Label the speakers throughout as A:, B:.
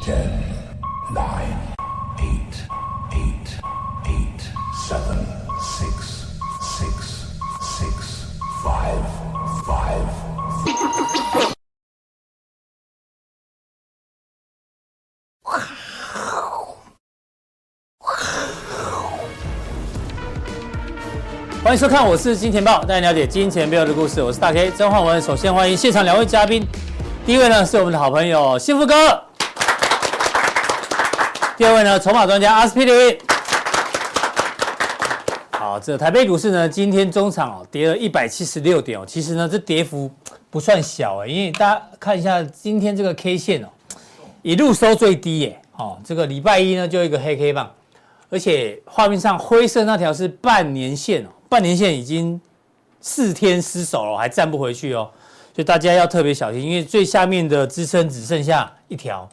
A: Ten, nine, eight, eight, eight, seven, six, six, six, five, five,
B: 欢迎收看，我是金钱豹，带你了解金钱背后的故事。我是大 K 曾焕文。首先欢迎现场两位嘉宾，第一位呢是我们的好朋友幸福哥，第二位呢筹码专家阿司匹林。好，这台北股市呢今天中场哦跌了一百七十六点哦，其实呢这跌幅不算小哎，因为大家看一下今天这个 K 线哦，一路收最低耶哦，这个礼拜一呢就一个黑 K 棒。而且画面上灰色那条是半年线哦，半年线已经四天失守了，还站不回去哦，所以大家要特别小心，因为最下面的支撑只剩下一条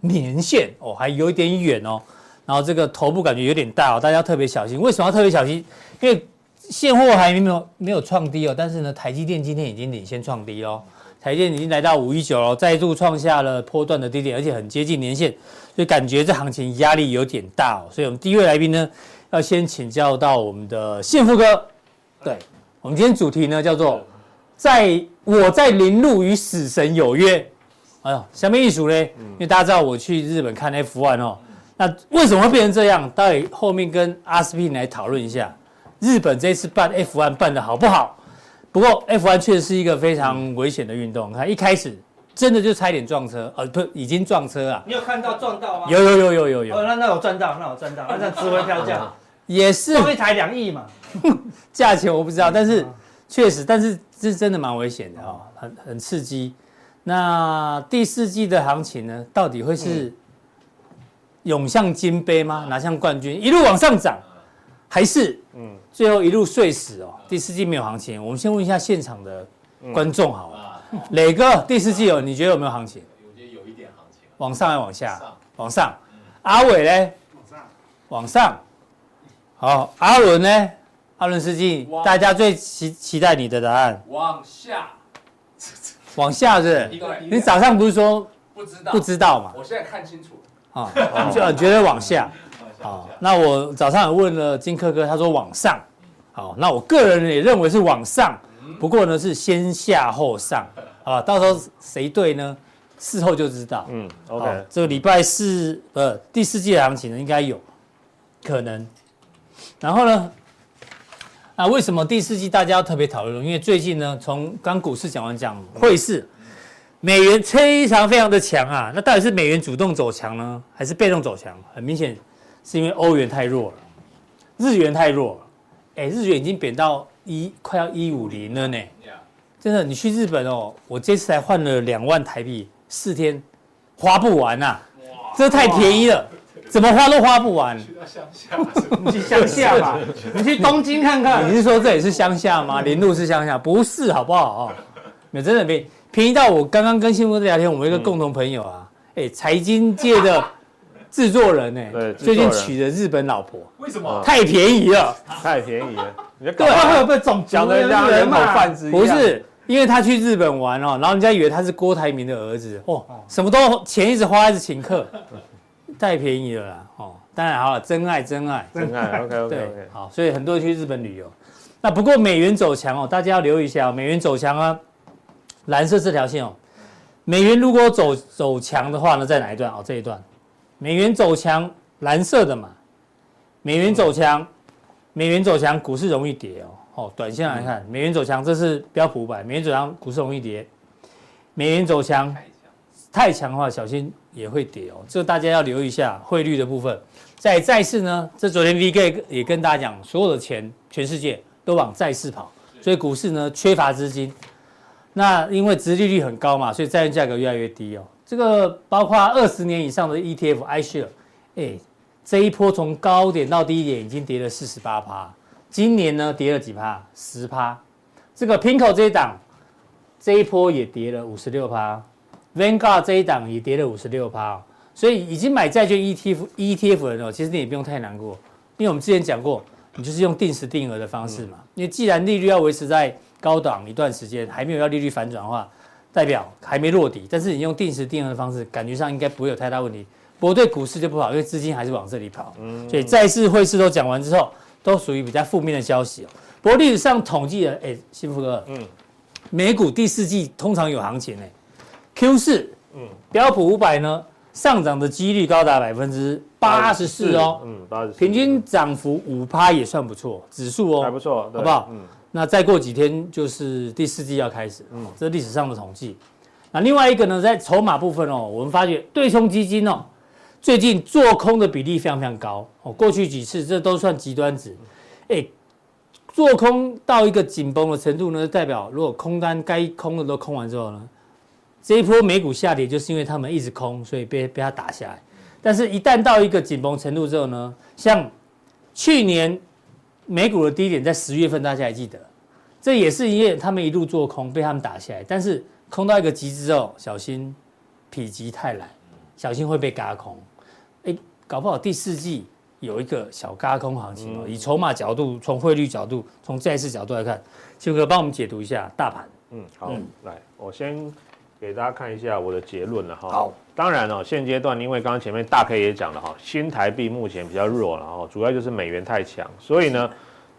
B: 年线哦，还有一点远哦，然后这个头部感觉有点大哦，大家要特别小心。为什么要特别小心？因为现货还没有没有创低哦，但是呢，台积电今天已经领先创低哦，台积电已经来到五一九了，再度创下了波段的低点，而且很接近年线，所以感觉这行情压力有点大哦。所以我们第一位来宾呢，要先请教到我们的幸福哥。对，我们今天主题呢叫做“在我在林路与死神有约”。哎呦，什么艺术嘞？因为大家知道我去日本看 F1 哦，那为什么会变成这样？待会后面跟阿斯匹来讨论一下。日本这次办 F1 办的好不好？不过 F1 确实是一个非常危险的运动，看一开始真的就差一点撞车，呃，不，已经撞车啊了。
C: 你有看到撞到吗？
B: 有有有有有
C: 哦，
B: 有，
C: 那那有赚到，那有赚到， 那这值回票价，
B: 也是
C: 中一台两亿嘛。
B: 价钱我不知道，但是确实，但是这真的蛮危险的哦，很很刺激。那第四季的行情呢，到底会是涌向金杯吗？拿向冠军，一路往上涨，还是嗯最后一路睡死哦？第四季没有行情，我们先问一下现场的观众好了，磊哥，第四季有你觉得有没有行情？
D: 我觉得有一点行情，
B: 往上还往下
D: 上？
B: 往上。阿伟呢？往上。好，阿伦呢？阿伦司机，
D: 哇
B: 大家最期期待你的答案。
D: 往下
B: 往下是
D: 一
B: 不是？
D: 个低
B: 你
D: 点
B: 早上不是说
D: 不知道
B: 不知道嘛？
D: 我现在看清楚，
B: 啊，你就觉得往下。
D: 往下
B: 好
D: 往，下
B: 那我早上也问了金科哥，他说往上。好，那我个人也认为是往上，
D: 嗯
B: 不过呢是先下后上，好吧？到时候谁对呢？事后就知道。
E: 嗯
B: 好
E: ，OK，
B: 这个礼拜四呃第四季的行情呢，应该有可能。然后呢，啊，为什么第四季大家要特别讨论？因为最近呢，从刚股市讲完讲汇市，美元非常非常的强啊。那到底是美元主动走强呢，还是被动走强？很明显是因为欧元太弱了，日元太弱了。哎，日元已经贬到一快要一五零了呢。
D: Yeah
B: 真的，你去日本哦，我这次才换了两万台币，四天花不完呐、
D: 哇
B: 这太便宜了，怎么花都花不完。
D: 去到乡下，是不
C: 你去乡下 吧，你去东京看看嗯
B: 你。是说这里是乡下吗？林路是乡下？不是，好不好？哦，没有真的便宜，便宜到我刚刚跟幸福哥聊天，我们有一个共同朋友啊，
C: 嗯
B: 哎、财经界的制作人呢、
E: 对
B: 最
E: 制
B: 近
E: 作人
B: 娶了日本老婆，
C: 啊
D: 为什么？
B: 太便宜了。
E: 太便宜了，你这搞
C: 对，会
E: 得
C: 有被种
E: 讲
C: 族
E: 的像人口贩子一样。
B: 不，是，因为他去日本玩哦，然后人家以为他是郭台铭的儿子哦，什么都钱一直花，一直请客，太便宜了啦哦。当然好了，真爱真爱，
E: 真爱，OK OK
B: 对
E: OK，，
B: 好，所以很多人去日本旅游。那不过美元走强哦，大家要留意一下、哦，美元走强啊，蓝色这条线哦，美元如果走走强的话呢，在哪一段？哦，这一段，美元走强，蓝色的嘛，美元走强，美元走强，股市容易跌哦。哦，短线来看，美元走强，这是标普五百，美元走强，股市容易跌。美元走强，
D: 太强，
B: 太强的话，小心也会跌哦。这大家要留意一下汇率的部分。在债市呢，这昨天 VK 也跟大家讲，所有的钱全世界都往债市跑，所以股市呢缺乏资金。那因为殖利率很高嘛，所以债券价格越来越低哦。这个包括二十年以上的 E ETF iShare，哎，这一波从高点到低点已经跌了四十八趴，今年呢跌了几趴？十趴。这个 Pinco 这一档，这一波也跌了五十六趴。Vanguard 这一档也跌了五十六趴，哦所以已经买债券 E ETF ETF 的人哦，其实你也不用太难过，因为我们之前讲过，你就是用定时定额的方式嘛。因为既然利率要维持在高档一段时间，还没有要利率反转的话，代表还没落底，但是你用定时定额的方式，感觉上应该不会有太大问题。不过对股市就不好，因为资金还是往这里跑。所以债市、汇市都讲完之后，都属于比较负面的消息哦。不过历史上统计的，哎、幸福哥，
E: 嗯
B: 美股第四季通常有行情呢、q 四，嗯，标普五百呢上涨的几率高达百分之八十四哦，
E: 嗯，八十四，
B: 平均涨幅五趴也算不错，指数哦，
E: 还不错，对
B: 好不好
E: 嗯，
B: 那再过几天就是第四季要开始，嗯，这是历史上的统计。那另外一个呢，在筹码部分哦，我们发觉对冲基金哦，最近做空的比例非常非常高哦，过去几次这都算极端值，哎，做空到一个紧绷的程度呢，代表如果空单该空的都空完之后呢，这一波美股下跌就是因为他们一直空，所以被被它打下来。但是，一旦到一个紧绷程度之后呢，像去年美股的低点在十月份，大家还记得，这也是因为他们一路做空被他们打下来，但是空到一个极致之后，小心否极泰来，小心会被嘎空。哎，搞不好第四季有一个小嘎空行情哦。
E: 嗯
B: 以筹码角度、从汇率角度、从债市角度来看，邱哥帮我们解读一下大盘。
E: 嗯，好
B: 嗯，
E: 来，我先给大家看一下我的结论了哈。
B: 好，
E: 当然哦，现阶段因为刚刚前面大 K 也讲了哈，新台币目前比较弱了哈，主要就是美元太强，所以呢，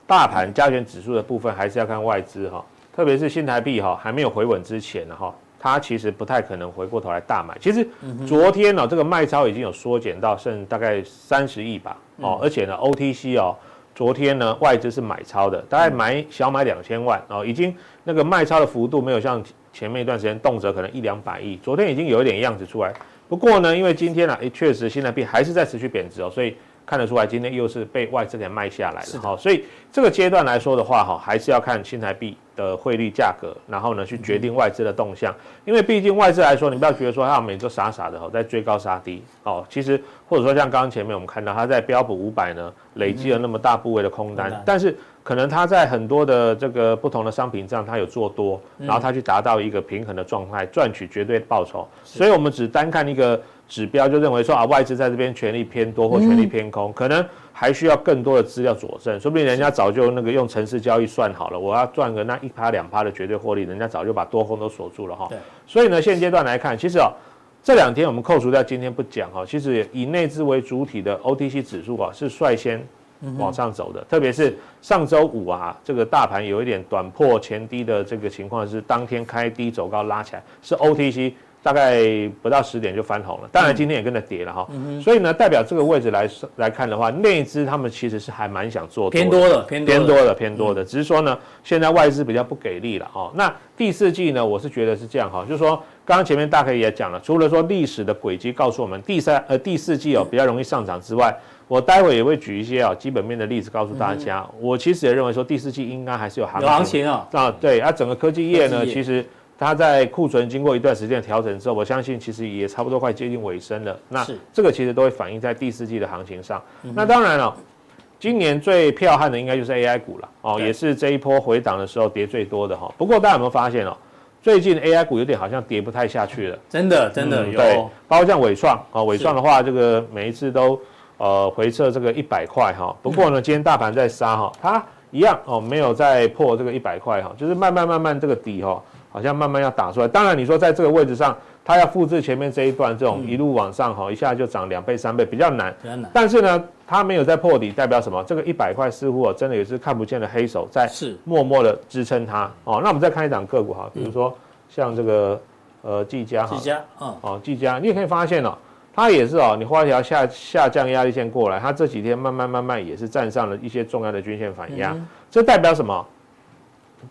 E: 大盘加权指数的部分还是要看外资哈，特别是新台币哈还没有回稳之前呢哈。它其实不太可能回过头来大买。其实昨天哦呢、这个卖超已经有缩减到剩大概三十亿吧，哦，而且呢，OTC 哦，昨天呢外资是买超的，大概买小买两千万哦，已经那个卖超的幅度没有像前面一段时间动辄可能一两百亿，昨天已经有一点样子出来。不过呢，因为今天呢、啊，诶确实新台币还是在持续贬值哦，所以看得出来今天又是被外资给卖下来
B: 是
E: 了
B: 的
E: 哈、哦。所以这个阶段来说的话哈、还是要看新台币的汇率价格，然后呢去决
B: 嗯
E: 定外资的动向。因为毕竟外资来说，你不要觉得说它每周傻傻的哦，在追高杀低哦。其实或者说像刚刚前面我们看到，它在标普五百呢累积了那么大部位的空单，
B: 空单
E: 但是可能它在很多的这个不同的商品上，它有做多，
B: 嗯
E: 然后它去达到一个平衡的状态，赚取绝对报酬。所以我们只单看一个指标，就认为说啊，外资在这边权力偏
B: 嗯
E: 多或权力偏空，可能还需要更多的资料佐证，说不定人家早就那个用城市交易算好了，我要赚个那一趴两趴的绝对获利，人家早就把多空都锁住了哈
B: 对。
E: 所以呢，现阶段来看，其实哦。这两天我们扣除掉今天不讲啊哈，其实以内资为主体的 OTC 指数啊是率先
B: 嗯
E: 往上走的，特别是上周五啊，这个大盘有一点短破前低的这个情况是，当天开低走高拉起来，是 OTC 大概不到十点就翻红了，当然今天也跟着跌了
B: 嗯
E: 哈，所以呢，代表这个位置来说来看的话，内资他们其实是还蛮想做
B: 偏
E: 的
B: 多了，偏多嗯
E: 偏
B: 了。
E: 多的偏多的，只是说呢，现在外资比较不给力了哦。那第四季呢，我是觉得是这样哦哈，就是说刚刚前面大可也讲了，除了说历史的轨迹告诉我们第三呃第四季哦比较容易上涨之外，我待会也会举一些啊、哦、基本面的例子告诉大家。我其实也认为说第四季应该还是有
B: 嗯
E: 行
B: 有行情哦，
E: 啊，对，啊，整个科技业呢，
B: 科技业
E: 其实它在库存经过一段时间的调整之后，我相信其实也差不多快接近尾声了。那
B: 是嗯
E: 这个其实都会反映在第四季的行情上。那当然了、今年最彪悍的应该就是 AI 股了哦，
B: 对
E: 也是这一波回档的时候跌最多的哈、不过大家有没有发现哦，最近 AI 股有点好像跌不太下去了。
B: 真的真的
E: 嗯
B: 有
E: 对
B: 哦。，
E: 包括像伟创啊，伟创的话，这个每一次都呃回撤这个一百块哈。不过
B: 嗯
E: 呢，今天大盘在杀哈，它一样哦，没有再破这个一百块哈，就是慢慢慢慢这个底哈，好像慢慢要打出来。当然，你说在这个位置上，它要复制前面这一段这
B: 嗯
E: 种一路往上哈，一下就涨两倍三倍比较难。
B: 比较难。
E: 但是呢，它没有在破底，代表什么？这个一百块似乎哦，真的也是看不见的黑手在
B: 是
E: 默默的支撑它哦。那我们再看一档个股哈，比
B: 嗯
E: 如说像这个呃技嘉哈
B: 几，家，嗯，
E: 哦，技嘉，你也可以发现哦，它也是哦，你画一条下下降压力线过来，它这几天慢慢慢慢也是站上了一些重要的均线反
B: 嗯
E: 压，这代表什么？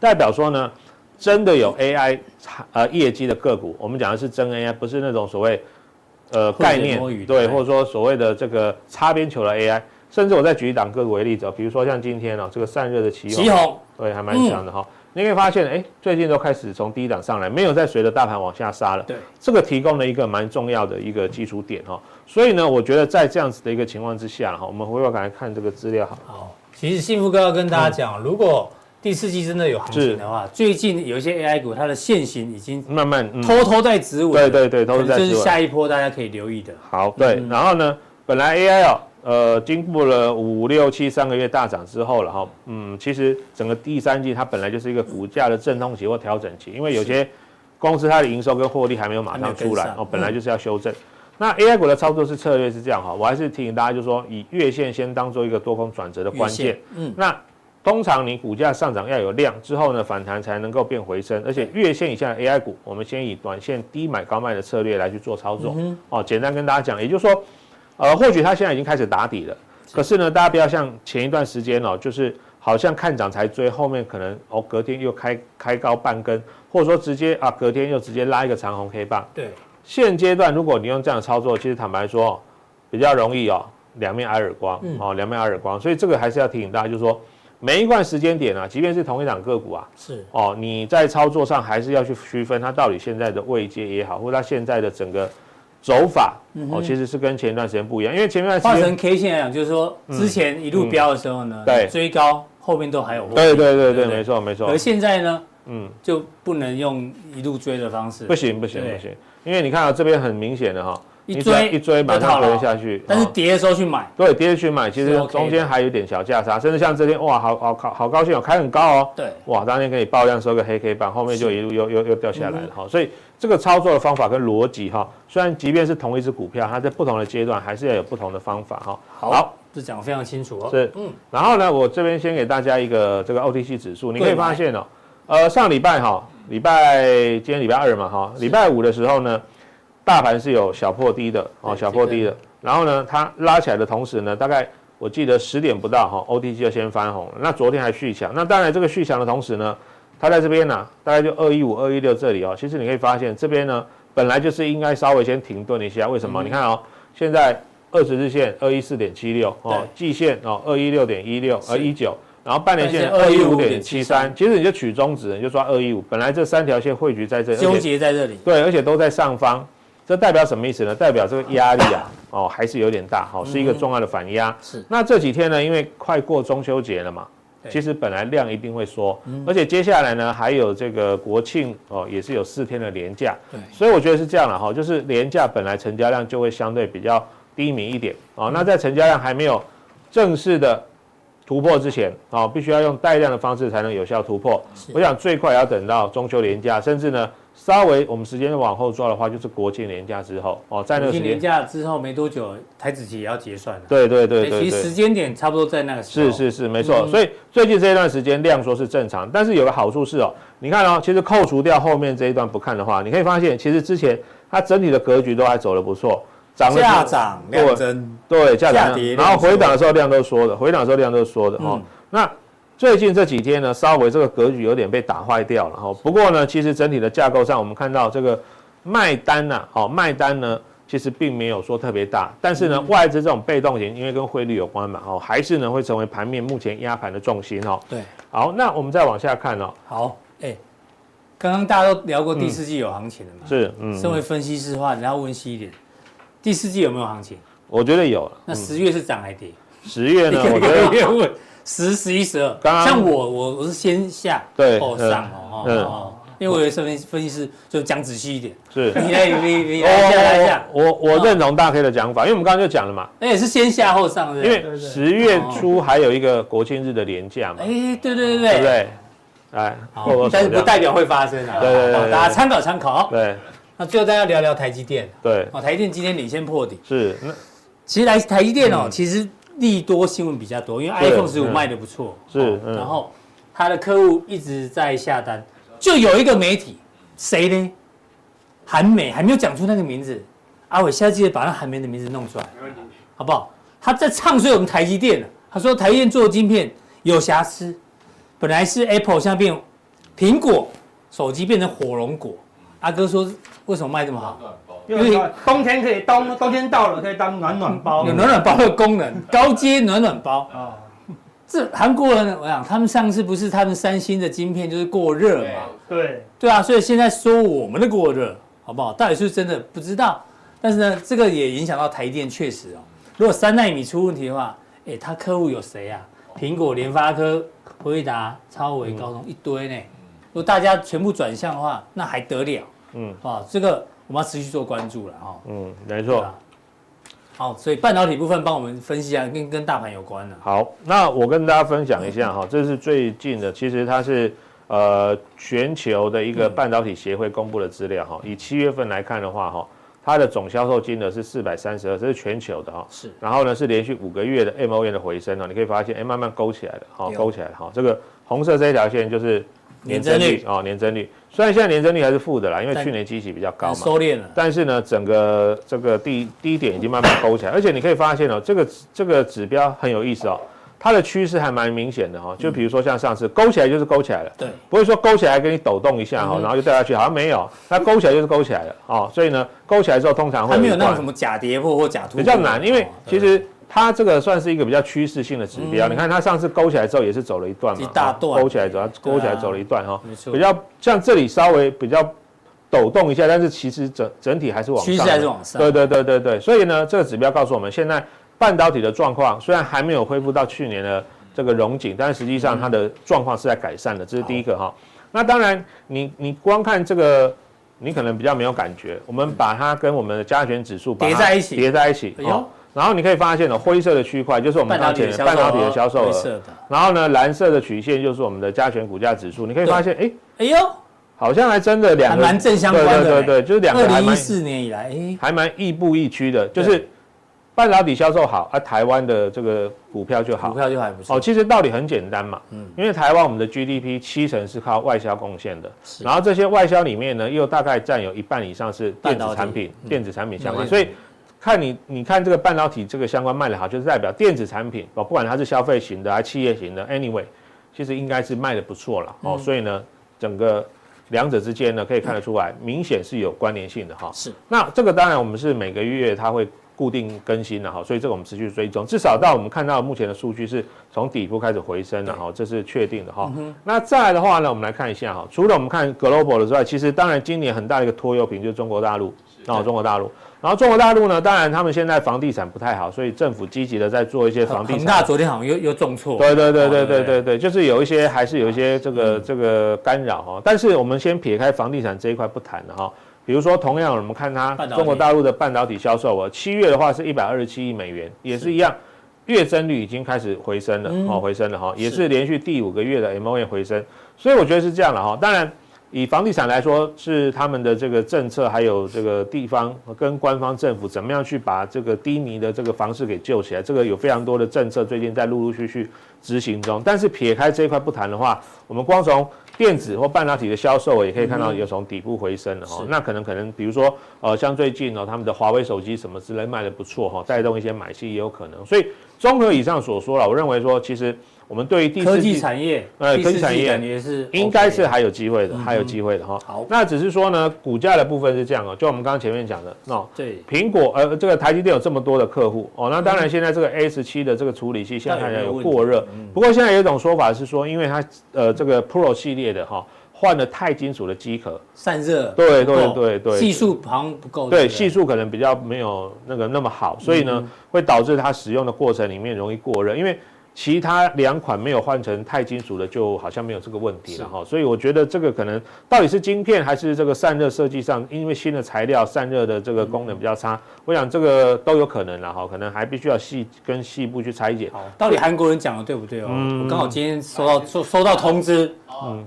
E: 代表说呢，真的有 AI 产呃业绩的个股，我们讲的是真 AI，不是那种所谓呃
B: 混着
E: 概念
B: 摸鱼的对
E: 对，或者说所谓的这个擦边球的 AI。甚至我再举一档个股为例子哦，比如说像今天哦，这个散热的旗
B: 旗红
E: 对，还蛮
B: 嗯
E: 强的哈、你可以发现，哎、最近都开始从低档上来，没有再随着大盘往下杀了。
B: 对，
E: 这个提供了一个蛮重要的一个基础点哈、所以呢，我觉得在这样子的一个情况之下哈、我们回过头来看这个资料哈。
B: 好。其实幸福哥要跟大家讲，如果第四季真的有行
E: 嗯是
B: 情的话，最近有一些 AI 股它的现形已经
E: 慢慢，嗯，
B: 偷偷在止稳
E: 对
B: 了，
E: 对对，都是在
B: 这是
E: 做
B: 下一波大家可以留意的。
E: 好，对，
B: 嗯
E: 然后呢，本来 AI 哦，呃，经过了五六七三个月大涨之后了哈，嗯，其实整个第三季它本来就是一个股价的阵痛期或调整期，因为有些公司它的营收跟获利还没有马
B: 还没
E: 上
B: 有跟
E: 出来
B: 上嗯
E: 哦，本来就是要修正。那 AI 股的操作是策略是这样哈，我还是提醒大家，就是说以月线先当做一个多空转折的关
B: 月
E: 键
B: 线。嗯，
E: 那通常你股价上涨要有量之后呢，反弹才能够变回升，而且月线以下的 AI 股，我们先以短线低买高卖的策略来去做操作。哦，简单跟大家讲，也就是说，呃，或许它现在已经开始打底了，可是呢，大家不要像前一段时间哦，就是好像看涨才追，后面可能哦隔天又开开高半根，或者说直接啊隔天又直接拉一个长红 K 棒。
B: 对，
E: 现阶段如果你用这样的操作，其实坦白说哦比较容易哦，两面挨耳光、
B: 嗯
E: 哦，两面挨耳光，所以这个还是要提醒大家，就是说每一段时间点啊，即便是同一档个股啊，
B: 是
E: 哦，你在操作上还是要去区分它到底现在的位阶也好，或者它现在的整个走法、哦，其实是跟前一段时间不一样，因为前一段
B: 画
E: 时
B: 成
E: 间。
B: K 线来讲，就是说之前一路飙的时候呢，
E: 嗯对
B: 追高后面都还有获利
E: 对对对
B: 对
E: 对，
B: 不对
E: 没错没错
B: 而，现在呢，
E: 嗯，
B: 就不能用一路追的方式，
E: 不行不行
B: 对
E: 不行，因为你看到这边很明显的哈，
B: 一
E: 你只要
B: 追
E: 一追马
B: 就套
E: 上
B: 牢
E: 跌下去，
B: 但是
E: 哦
B: 跌的时候去买，
E: 对，跌去买，其
B: 是
E: 实
B: OK 的
E: 中间还有一点小价差，甚至像这天哇，好好好好高兴哦，开很高哦，
B: 对，
E: 哇，当天给你爆量收个黑 K 棒，后面就一路又又又掉下来
B: 嗯
E: 了哈、所以这个操作的方法跟逻辑哈，虽然即便是同一只股票，它在不同的阶段还是要有不同的方法哈。
B: 好，这讲得非常清楚哦。
E: 是，
B: 嗯
E: 然后呢，我这边先给大家一个这个 OTC 指数，你可以
B: 对买
E: 发现哦，呃，上礼拜哈、礼拜今天礼拜二嘛哈、礼拜五的时候呢，大盘是有小破低的哦，
B: 对
E: 小破
B: 这个
E: 低的，然后呢，它拉起来的同时呢，大概我记得十点不到哈、o t c 就先翻红了，那昨天还续强，那当然这个续强的同时呢，它在这边呢、大概就二一五、二一六这里哦，其实你可以发现这边呢，本来就是应该稍微先停顿一下，为什么？你看哦，现在二十日线二一四点七六哦
B: 对，
E: 季线哦二一六点一六呃一九，然后半年线
B: 半
E: 二一
B: 年线
E: 五点七
B: 215.73
E: 三，其实你就取中指，你就抓二一五，本来这三条线汇聚在这，里，而
B: 纠
E: 且
B: 结在这里，
E: 对，而且都在上方，这代表什么意思呢？代表这个压力啊，哦，还是有点大，好、是一个重要的反压。
B: 嗯是
E: 那这几天呢，因为快过中秋节了嘛，
B: 对嗯
E: 其实本来量一定会缩，而且接下来呢还有这个国庆哦，也是有四天的连假，
B: 对
E: 所以我觉得是这样了哈，就是廉价本来成交量就会相对比较低迷一点
B: 嗯
E: 哦。那在成交量还没有正式的突破之前哦，必须要用带量的方式才能有效突破。我想最快也要等到中秋廉价，甚至呢稍微我们时间往后抓的话，就是国庆廉价之后哦，在那
B: 国
E: 个时
B: 庆年
E: 间，
B: 假之后没多久，台子期也要结算了。
E: 对对对
B: 所以
E: 对
B: 哎其实时
E: 对。
B: 间点差不多在那个时候。嗯
E: 是是是，没错。所以最近这一段时间量缩是正常，但是有个好处是哦，你看哦，其实扣除掉后面这一段不看的话，你可以发现，其实之前它整体的格局都还走得不错，涨了
B: 价涨量
E: 对
B: 增，
E: 对，价
B: 价
E: 涨
B: 跌
E: 量，然后
B: 量缩
E: 回档的时候量都缩的，回档的时候量都缩的哈、哦
B: 嗯
E: 那最近这几天呢，稍微这个格局有点被打坏掉了哈、哦。不过呢，其实整体的架构上，我们看到这个卖单呐、哦，卖单呢。其实并没有说特别大，但是呢，
B: 嗯
E: 外资这种被动型，因为跟汇率有关嘛，哦，还是呢会成为盘面目前压盘的重心哦。
B: 对，
E: 好，那我们再往下看哦，
B: 好，哎，刚刚大家都聊过第四季有行情了嘛？
E: 是，嗯，
B: 身为分析师的话，你要温习一点，第四季有没有行情？
E: 我觉得有了。
B: 那十月是涨还跌？
E: 十 月呢，嗯啊我觉
B: 一
E: 得
B: 个月问十、十一、十二。
E: 刚刚
B: 像我，我我是先下
E: 对
B: 后
E: 嗯
B: 上哦哦
E: 嗯
B: 哦，因为我有身份分析师，就讲仔细一点。
E: 是，
B: 你来，你你
E: 哦
B: 来一下，来一下哦
E: 我。我我我认同大 K 的讲法，因为我们刚刚就讲了嘛，
B: 而且是先下后上，是不
E: 因
B: 是
E: 为十月初还有一个国庆日的连假嘛，
B: 哦哎，对对
E: 对
B: 对
E: 不
B: 对，
E: 对？哎，
B: 好
E: 我我
B: 但是不
E: 手
B: 代表会发生啊。
E: 对对对
B: 好
E: 对
B: 大家参考参考。
E: 对
B: 那最后大家聊聊台积电
E: 对
B: 哦，台积电今天领先破底。
E: 是，那
B: 其实来台积电哦，其实利多新闻比较多，因为
E: 嗯对
B: iPhone 十五
E: 嗯
B: 卖的不错，
E: 是
B: 哦
E: 嗯
B: 然后他的客户一直在下单，就有一个媒体，谁呢？韩美还没有讲出那个名字，阿伟下次记得把那韩媒的名字弄出来，
D: 没问题。
B: 好不好？他在唱衰我们台积电呢、他说台积电做的晶片有瑕疵，本来是 Apple，现在变苹果手机变成火龙果。阿哥说为什么卖这么好？
D: 暖包，
C: 因为冬天可以冬，冬天到了可以当暖暖包
B: 有暖暖包的功能， 高阶暖暖包。
C: 哦，
B: 这韩国人，我想他们上次不是他们三星的晶片就是过热
D: 对
B: 嘛？
C: 对，
B: 对啊，所以现在说我们的过热，好不好？到底是不是真的不知道。但是呢，这个也影响到台积电，确实哦。如果三纳米出问题的话，哎，他客户有谁啊？苹果、联发科、辉达、超微、高
E: 嗯
B: 通一堆呢。如果大家全部转向的话，那还得了？嗯
E: 嗯，
B: 啊，这个我们要持续做关注了哈、哦。
E: 嗯，没
B: 对
E: 错
B: 啊。好，所以半导体部分帮我们分析一下，跟跟大盘有关的。嗯
E: 好，那我跟大家分享一下哈，这是最近的，其实它是呃全球的一
B: 嗯
E: 个半导体协会公布的资料哈，以七月份来看的话哈，它的总销售金额是四百三十二，这是全球的哈。
B: 是
E: 然后呢是连续五个月的 M O N 的回升哦，你可以发现哎、慢慢勾起来了，好、
B: 对哦
E: 勾起来了哈、这个红色这一条线就是
B: 年增率
E: 啊、哦，年增率。虽然现在年增率还是负的啦，因为
B: 但
E: 去年基期比较高
B: 但
E: 嘛，
B: 收敛了，
E: 但是呢，整个这个低低点已经慢慢勾起来，而且你可以发现哦，这个这个指标很有意思哦，它的趋势还蛮明显的哈、哦。就比如说像上次勾起来就是勾起来了，
B: 嗯对，嗯
E: 不会说勾起来给你抖动一下哈、哦然后就掉下去，好像没有，它勾起来就是勾起来了哦。所以呢，勾起来之后通常会
B: 它没有
E: 一
B: 那
E: 段
B: 种什么假跌破或假突破，
E: 比较难，因为
B: 哦
E: 其实它这个算是一个比较趋势性的指标。你看它上次勾起来之后也是走了一段嘛，
B: 嗯
E: 哦
B: 一大段
E: 勾起来走，勾起来
B: 对啊
E: 走了一段哈，
B: 没错
E: 比较像这里稍微比较抖动一下，但是其实整整体还是往上的，
B: 趋势还是往上
E: 对对对对对，所以呢，这个指标告诉我们，现在半导体的状况虽然还没有恢复到去年的这个荣景，但实际上它的状况是在改善的，这是第一个哈。那当然，你你光看这个。你可能比较没有感觉，我们把它跟我们的加权指数把它
B: 叠在一起
E: 叠在一起。
B: 哎呦
E: 哦然后你可以发现哦，灰色的区块就是我们
B: 半导
E: 刚
B: 体的
E: 前面
B: 销售
E: 半导体的销售
B: 灰
E: 额，
B: 色的，
E: 然后呢，蓝色的曲线就是我们的加权股价指数。你可以发现，哎，
B: 哎呦，
E: 好像还真的两
B: 还
E: 个
B: 蛮正相关的
E: 对对
B: 嘞
E: 对，对就是两个
B: 二
E: 还
B: 零一
E: 蛮
B: 四年以来，哎，
E: 还蛮亦步亦趋的，就是半导体销售好啊，台湾的这个股票就
B: 股
E: 好。
B: 票就还不
E: 哦，
B: 错，嗯
E: 其实道理很简单嘛，因为台湾我们的 GDP 七成是靠外销贡献的，然后这些外销里面呢，又大概占有一半以上是
B: 半
E: 电
B: 导
E: 子
B: 体嗯
E: 产品、电子产品相关，
B: 了解
E: 所以看你你看这个半导体这个相关卖的好，就是代表电子产品哦，不管它是消费型的还是企业型的，anyway，其实应该是卖的不错了
B: 嗯
E: 哦，所以呢，整个两者之间呢，可以看得出来，明显是有关联性的哈、
B: 是，
E: 那这个当然我们是每个月它会固定更新的哈，所以这个我们持续追踪，至少到我们看到目前的数据是从底部开始回升的哈，这是确定的哈。那再来的话呢，我们来看一下哈，除了我们看 global 的之外，其实当然今年很大的一个拖油瓶就是中国大陆，哦，中国大陆。然后中国大陆呢，当然他们现在房地产不太好，所以政府积极的在做一些房地
B: 恒
E: 产
B: 大昨天好像又又重挫，
E: 对对对
B: 哦对
E: 对
B: 嗯
E: 对
B: 不
E: 对对，就是有一些还是有一些这个、这个干扰哈。但是我们先撇开房地产这一块不谈了哈。比如说，同样我们看它
B: 半导体
E: 中国大陆的半导体销售额，七月的话是一百二十七亿美元，也是一样，月增率已经开始回升了、
B: 嗯
E: 哦，回升了哈，也是连续第五个月的 M O A 回升，所以我觉得是这样了哈。哦当然，以房地产来说，是他们的这个政策，还有这个地方跟官方政府怎么样去把这个低迷的这个房市给救起来，这个有非常多的政策最近在陆陆续续执行中。但是撇开这一块不谈的话，我们光从电子或半导体的销售也可以看到有从底部回升了哦。那可能可能比如说呃，像最近哦，他们的华为手机什么之类卖的不错哈、哦，带动一些买气也有可能。所以综合以上所说了，我认为说其实我们对于第四
B: 科
E: 季
B: 技产业，
E: 呃
B: 第四
E: 科技产业
B: 季感觉是
E: 应该
B: OK
E: 是还有机会的，还有机会的哈。
B: 好
E: 那只是说呢，股价的部分是这样哦，就我们刚刚前面讲的，那、哦、
B: 对，
E: 苹果呃，这个台积电有这么多的客户哦，那当然现在这个 A 十七的这个处理器现在看起来有过热，不过现在有一种说法是说，因为它呃这个 Pro 系列的哈、换了钛金属的机壳，
B: 散热不够，
E: 对对对对，
B: 系数好像不够，
E: 对
B: 不
E: 系数可能比较没有那个那么好，所以呢，会导致它使用的过程里面容易过热，因为其他两款没有换成钛金属的，就好像没有这个问题了哈。所以我觉得这个可能到底是晶片还是这个散热设计上，因为新的材料散热的这个功能比较差，我想这个都有可能了哈，可能还必须要细跟细部去拆解。
B: 好，到底韩国人讲的对不对哦？
E: 嗯
B: 我刚好今天收到收收到通知，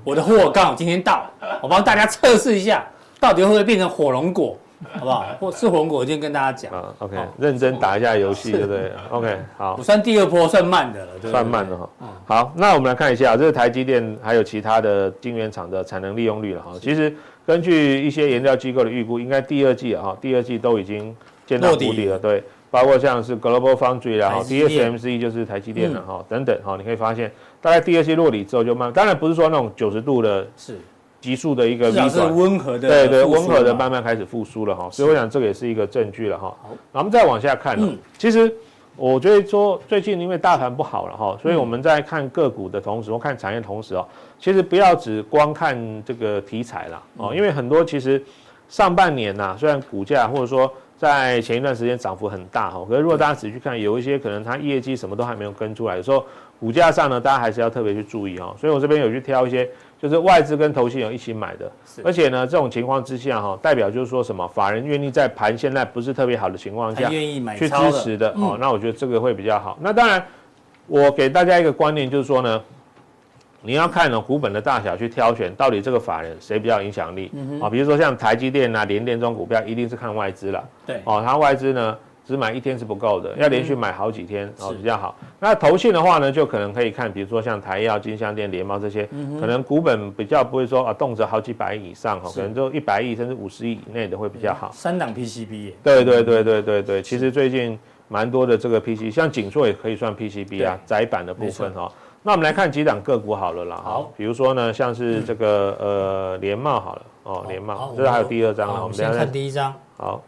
B: 我的货刚好今天到，我帮大家测试一下，到底会不会变成火龙果，好不好？ 或是火龙果，我今天跟大家讲，
E: 啊，OK，
B: 好
E: 认真打一下游戏，对不对？OK，好
B: 我。算第二波，算慢的了，对不对
E: 算慢了哈。好，那我们来看一下，这是台积电还有其他的晶圆厂的产能利用率了哈。其实根据一些研料机构的预估，应该第二季啊哈，第二季都已经见到
B: 落
E: 谷
B: 底
E: 底了，对。包括像是 Global Foundry 啦，哈
B: 台积电嗯
E: ，DSMC 就是台积电了哈，等等哈，你可以发现，大概第二季落底之后就慢，当然不是说那种九十度的
B: 是，
E: 急速的一个
B: 至
E: V
B: 少
E: 转，
B: 是温和的，
E: 对对，温和的，慢慢开始复苏了哈，所以我想这个也是一个证据了哈。然后我们再往下看呢
B: 嗯，
E: 其实我觉得说最近因为大盘不好了哈，所以我们在看个股的同时，或看产业的同时哦，其实不要只光看这个题材啦
B: 嗯
E: 哦，因为很多其实上半年呐、虽然股价或者说在前一段时间涨幅很大哈，可是如果大家仔细看，有一些可能它业绩什么都还没有跟出来，有时候股价上呢，大家还是要特别去注意哦。所以我这边有去挑一些就是外资跟投信有一起买的，而且呢，这种情况之下哈、代表就是说什么，法人愿意在盘现在不是特别好的情况
B: 还
E: 下，
B: 愿意买
E: 去
B: 超
E: 支
B: 的，嗯
E: 持的、哦，那我觉得这个会比较好。那当然，我给大家一个观念就是说呢，你要看呢股本的大小去挑选，到底这个法人谁比较有影响
B: 嗯
E: 力啊？比如说像台积电啊、联电这种股票，一定是看外资啦。
B: 对，
E: 哦，它外资呢只买一天是不够的，要连续买好几天哦
B: 嗯是
E: 比较好。那投信的话呢，就可能可以看，比如说像台药、金相店、联茂这些，
B: 嗯
E: 可能股本比较不会说啊动辄好几百亿以上哦，
B: 是嗯
E: 可能就一百亿甚至五十亿以内的会比较好。
B: 三档 PCB 耶，
E: 对对对对对对，其实最近蛮多的这个 PC，像景硕也可以算 PCB 啊，窄板的部分哈、哦。那我们来看几档个股好了啦，哈
B: 好，
E: 比如说呢，像是这个、呃联茂好了，哦联
B: 好
E: 茂，这还有第二张
B: 好
E: 了，
B: 我
E: 我
B: 们
E: 们等一
B: 先
E: 下再
B: 看第一张，
E: 好。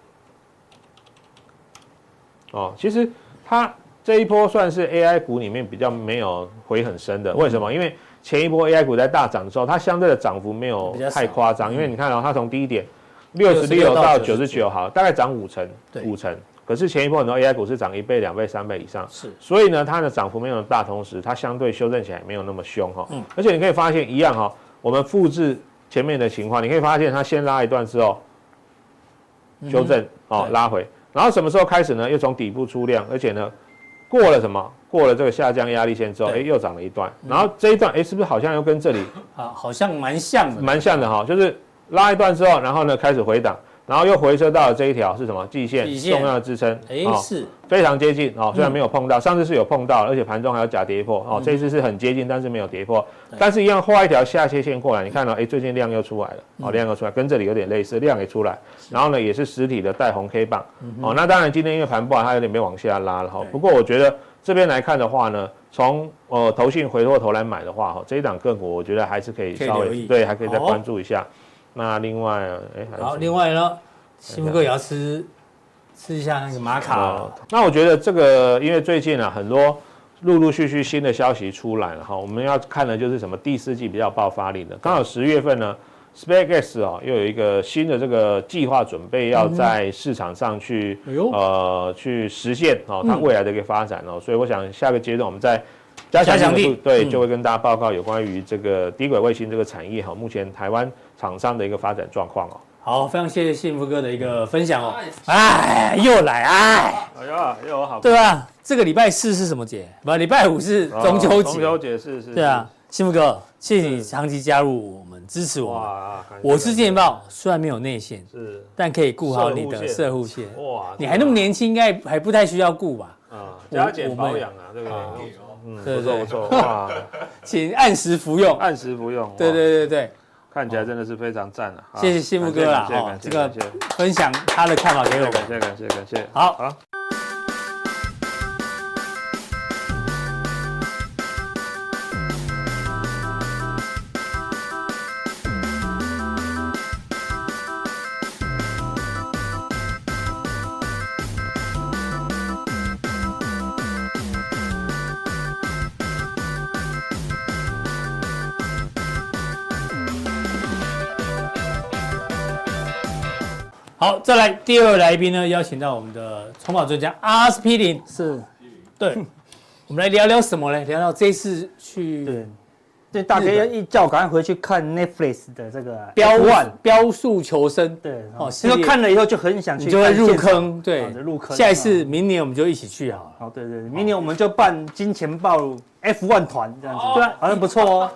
E: 哦，其实它这一波算是 AI 股里面比较没有回很深的，为什么？因为前一波 AI 股在大涨的时候，它相对的涨幅没有
B: 比较少
E: 太夸张，因为你看哦，它从低点六十六
B: 到
E: 到
B: 99
E: 九十九，好，大概涨五成
B: 对，
E: 五成。可是前一波很多 AI 股是涨一倍、两倍、三倍以上，
B: 是
E: 所以呢，它的涨幅没有大，同时它相对修正起来也没有那么凶哈、
B: 嗯
E: 而且你可以发现一样哈、我们复制前面的情况，你可以发现它先拉一段之后，修正、哦
B: 嗯对
E: 拉回，然后什么时候开始呢？又从底部出量，而且呢，过了什么？过了这个下降压力线之后，哎，
B: 对嗯
E: 又涨了一段，然后这一段哎，是不是好像又跟这里
B: 啊，好像蛮像的，
E: 蛮像的哈、就是拉一段之后，然后呢开始回档，然后又回撤到了这一条是什么？季线
B: 季线
E: 重要的支撑，
B: 哎
E: 哦
B: 是
E: 非常接近哦，虽
B: 嗯
E: 然没有碰到，上次是有碰到，而且盘中还有假跌破哦，这一次是很接近，但是没有跌破，但是一样画一条下切线过来，你看到、
B: 嗯
E: 哎，最近量又出来了，哦，量又出来，跟这里有点类似，量也出来，然后呢也是实体的带红 K 棒，哦，那当然今天因为盘不好，它有点没往下拉了哈、哦
B: 嗯对，
E: 不过我觉得这边来看的话呢，从呃投信回过头来买的话，哈、哦，这一档个股我觉得还是可以
B: 可以
E: 稍
B: 留
E: 微
B: 意
E: 对，还可以再
B: 好
E: 关注一下。那另外，哎，还有
B: 好，
E: 什么
B: 另外呢，新哥也要吃吃一下那个玛卡
E: 哦
B: 了，
E: 那我觉得这个，因为最近啊，很多陆陆续续新的消息出来了哈，我们要看的就是什么第四季比较有爆发力的。刚好十月份呢，SpaceX 哦又有一个新的这个计划，准备要在市场上去、
B: 嗯哎呦嗯
E: 呃去实现哦它未来的一个发展哦，所以我想下个阶段我们再。加
B: 加强
E: 强力
B: 力
E: 度对，
B: 嗯
E: 就会跟大家报告有关于这个低轨卫星这个产业哈，目前台湾厂商的一个发展状况哦。
B: 好，非常谢谢幸福哥的一个分享哦，哎，又来哎，
E: 哎呀，有好
B: 对啊吧？这个礼拜四是什么节？不，礼拜五是中秋
E: 哦中
B: 节，
E: 秋节是是，
B: 对啊，幸福哥，谢谢你长期加入我们，支持我们。
E: 哇，
B: 我是健报，虽然没有内线，
E: 是
B: 但可以顾好你的射
E: 射
B: 护线。
E: 哇，
B: 你还那么年轻，应该还不太需要顾吧？
E: 啊，
B: 我
E: 加减保养啊，对不对？嗯，
B: 对
E: 不
B: 对
E: 错不错，哇，
C: 呃
B: 请按时服用。
E: 按时服用，哇
B: 对，对对对，
E: 看起来真的是非常赞啊！啊
B: 谢谢幸福哥啦，哦
E: 感
B: 这
E: 谢
B: 个
E: 感谢感
B: 分享他的看法给我
E: 谢
B: 们
E: 感。谢感谢感谢，
B: 好
E: 好。
B: 好，再来第二位来宾呢，邀请到我们的筹码专家阿司匹林。
C: 是
B: 对，我们来聊聊什么呢？聊聊这次去
C: 对。所以大
B: 日
C: 家
B: 本
C: 一叫，赶快回去看 Netflix 的这个
B: 标
C: 万，
B: 标速求生，
C: 对，
B: 哦
C: 哦，
B: 系
C: 因
B: 列
C: 为看了以后就很想去，
B: 你就会入。坑。对
C: 好，的啊入坑啊
B: 下一次明年我们就一起去好了。
C: 哦，对对，对明年我们就办金钱豹 F1 团这样子，对，好像不错 哦。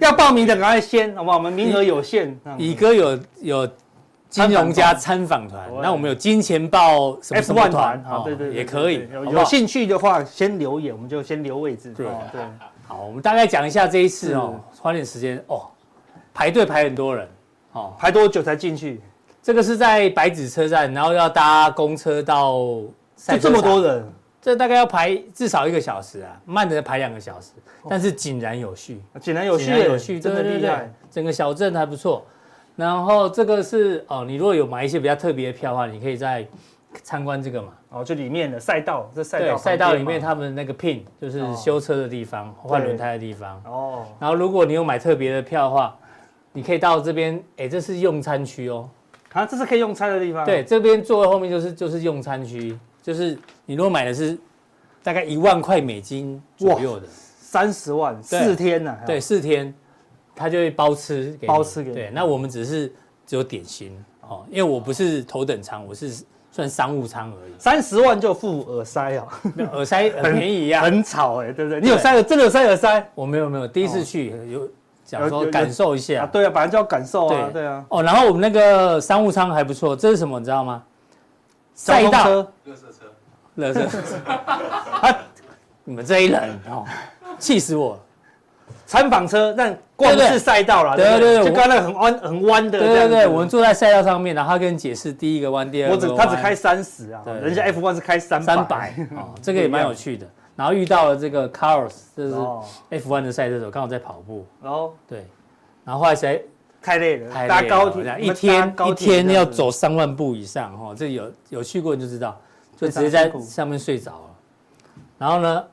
C: 要报名的赶快先，好不好？我们名额有限，这样子
B: 乙哥有有金融家参访团，那我们有金钱豹什么什
C: F
B: 么团
C: 1团，，好，
B: 哦
C: 啊对对，对
B: 也可以
C: 对，
B: 好
C: 有
B: 不好
C: 有兴趣的话，先留言，我们就先留位置。
B: 对
C: 哦对，
B: 好，我们大概讲一下这一次
C: 嗯
B: 哦，花点时间哦，排队排很多人哦。
C: 排多久才进去？
B: 这个是在白子车站，然后要搭公车到赛车
C: 就
B: 场
C: 这么多，人，
B: 这大概要排至少一个小时啊，慢的排两个小时，但是井然有序，
C: 井哦然有序
B: 井，然有序，
C: 真的
B: 对对
C: 厉
B: 对
C: 害。
B: 整个小镇还不错。然后这个是哦，你如果有买一些比较特别的票的话，你可以再参观这个嘛。
C: 哦，就里面的赛道，这赛
B: 对，
C: 道
B: 赛道里面
C: 它
B: 他们那个 pin 就是
C: 哦
B: 修车的地方、换轮胎的地方。
C: 哦，
B: 然后如果你有买特别的票的话，你可以到这边，哎，这是用餐区哦。
C: 啊，这是可以用餐的地方。
B: 对，，这边座位后面就是就是用餐区，就是你如果买的是大概一万块美金左右的，
C: 三十万
B: 对
C: 四天啊哦呢，
B: 对，四天，他就会包吃给你
C: 嗯包吃给你
B: 对，那我们只是只有点心哦，因为我不是头等舱，我是算商务舱而已，
C: 三十万就付耳塞啊，
B: 没有耳塞很便宜啊。
C: 很吵哎，对不对？你有塞耳，真的有塞耳塞
B: 我没有没有，第一次去有想
C: 有
B: 说
C: 有
B: 感受一
C: 啊？
B: 下，
C: 对啊，反正就要感受啊，对啊。
B: 哦，然后我们那个商务舱还不错，这是什么你知道吗？赛
C: 交通
B: 道，
C: 车
D: 垃圾车，
B: 乐色， 你们这一人哦，气死我了。
C: 参访车，但逛的
B: 对对
C: 是赛道啦，
B: 对
C: 不
B: 对对
C: 就刚才那个很弯很弯的，
B: 对对对，我们。坐在赛道上面，然后他跟你解释第一个弯，第二个
C: 我
B: 弯，
C: 只他只开三十啊，
B: 对对
C: 人家 F1 是开三
B: 三百， 哦，这个也蛮有趣的。然后遇到了这个 Carlos，这是
C: 哦，
B: F1 的赛车手，刚好在跑步，
C: 然后
B: 对。然后后来谁
C: 太累了，
B: 太
C: 搭
B: 累了
C: 高
B: 然
C: 铁
B: 后一天一天要，
C: 你们搭高铁这样
B: 走三万步以上，哈，这有有去过你就知道，就
C: 非
B: 直
C: 常
B: 接在
C: 辛苦
B: 上面睡着了。然后呢，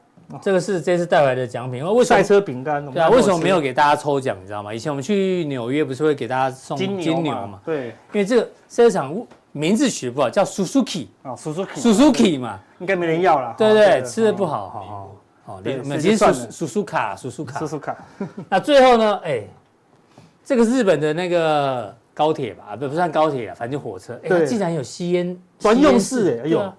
B: 这个是这次带回来的奖品，为
C: 子
B: 什
C: 赛
B: 么？
C: 车饼干，我们
B: 对啊，
C: 还有
B: 为什么
C: 吃
B: 没有给大家抽奖？你知道吗？以前我们去纽约不是会给大家送
C: 金
B: 金牛
C: 牛
B: 嘛
C: 嘛？？对
B: 因为这个赛车场名字取不好，叫 Suzuki
C: 啊，Suzuki
B: Suzuki 嘛，
C: 应该没人要了，
B: 对不对？
C: 哦
B: 吃的不
C: 哦
B: 好，哈哦，
C: 对
B: 没有，
C: 所以
B: 其
C: 就
B: 实
C: 算了
B: 叔叔卡，叔叔卡
C: 苏。苏卡，
B: 那最后呢？哎，这个日本的那个高铁吧，啊不不算高铁啊，反正就火车，哎，
C: 对
B: 它竟然有吸烟
C: 专用
B: 吸
C: 室
B: 烟
C: 哎
B: 对
C: 有
B: 啊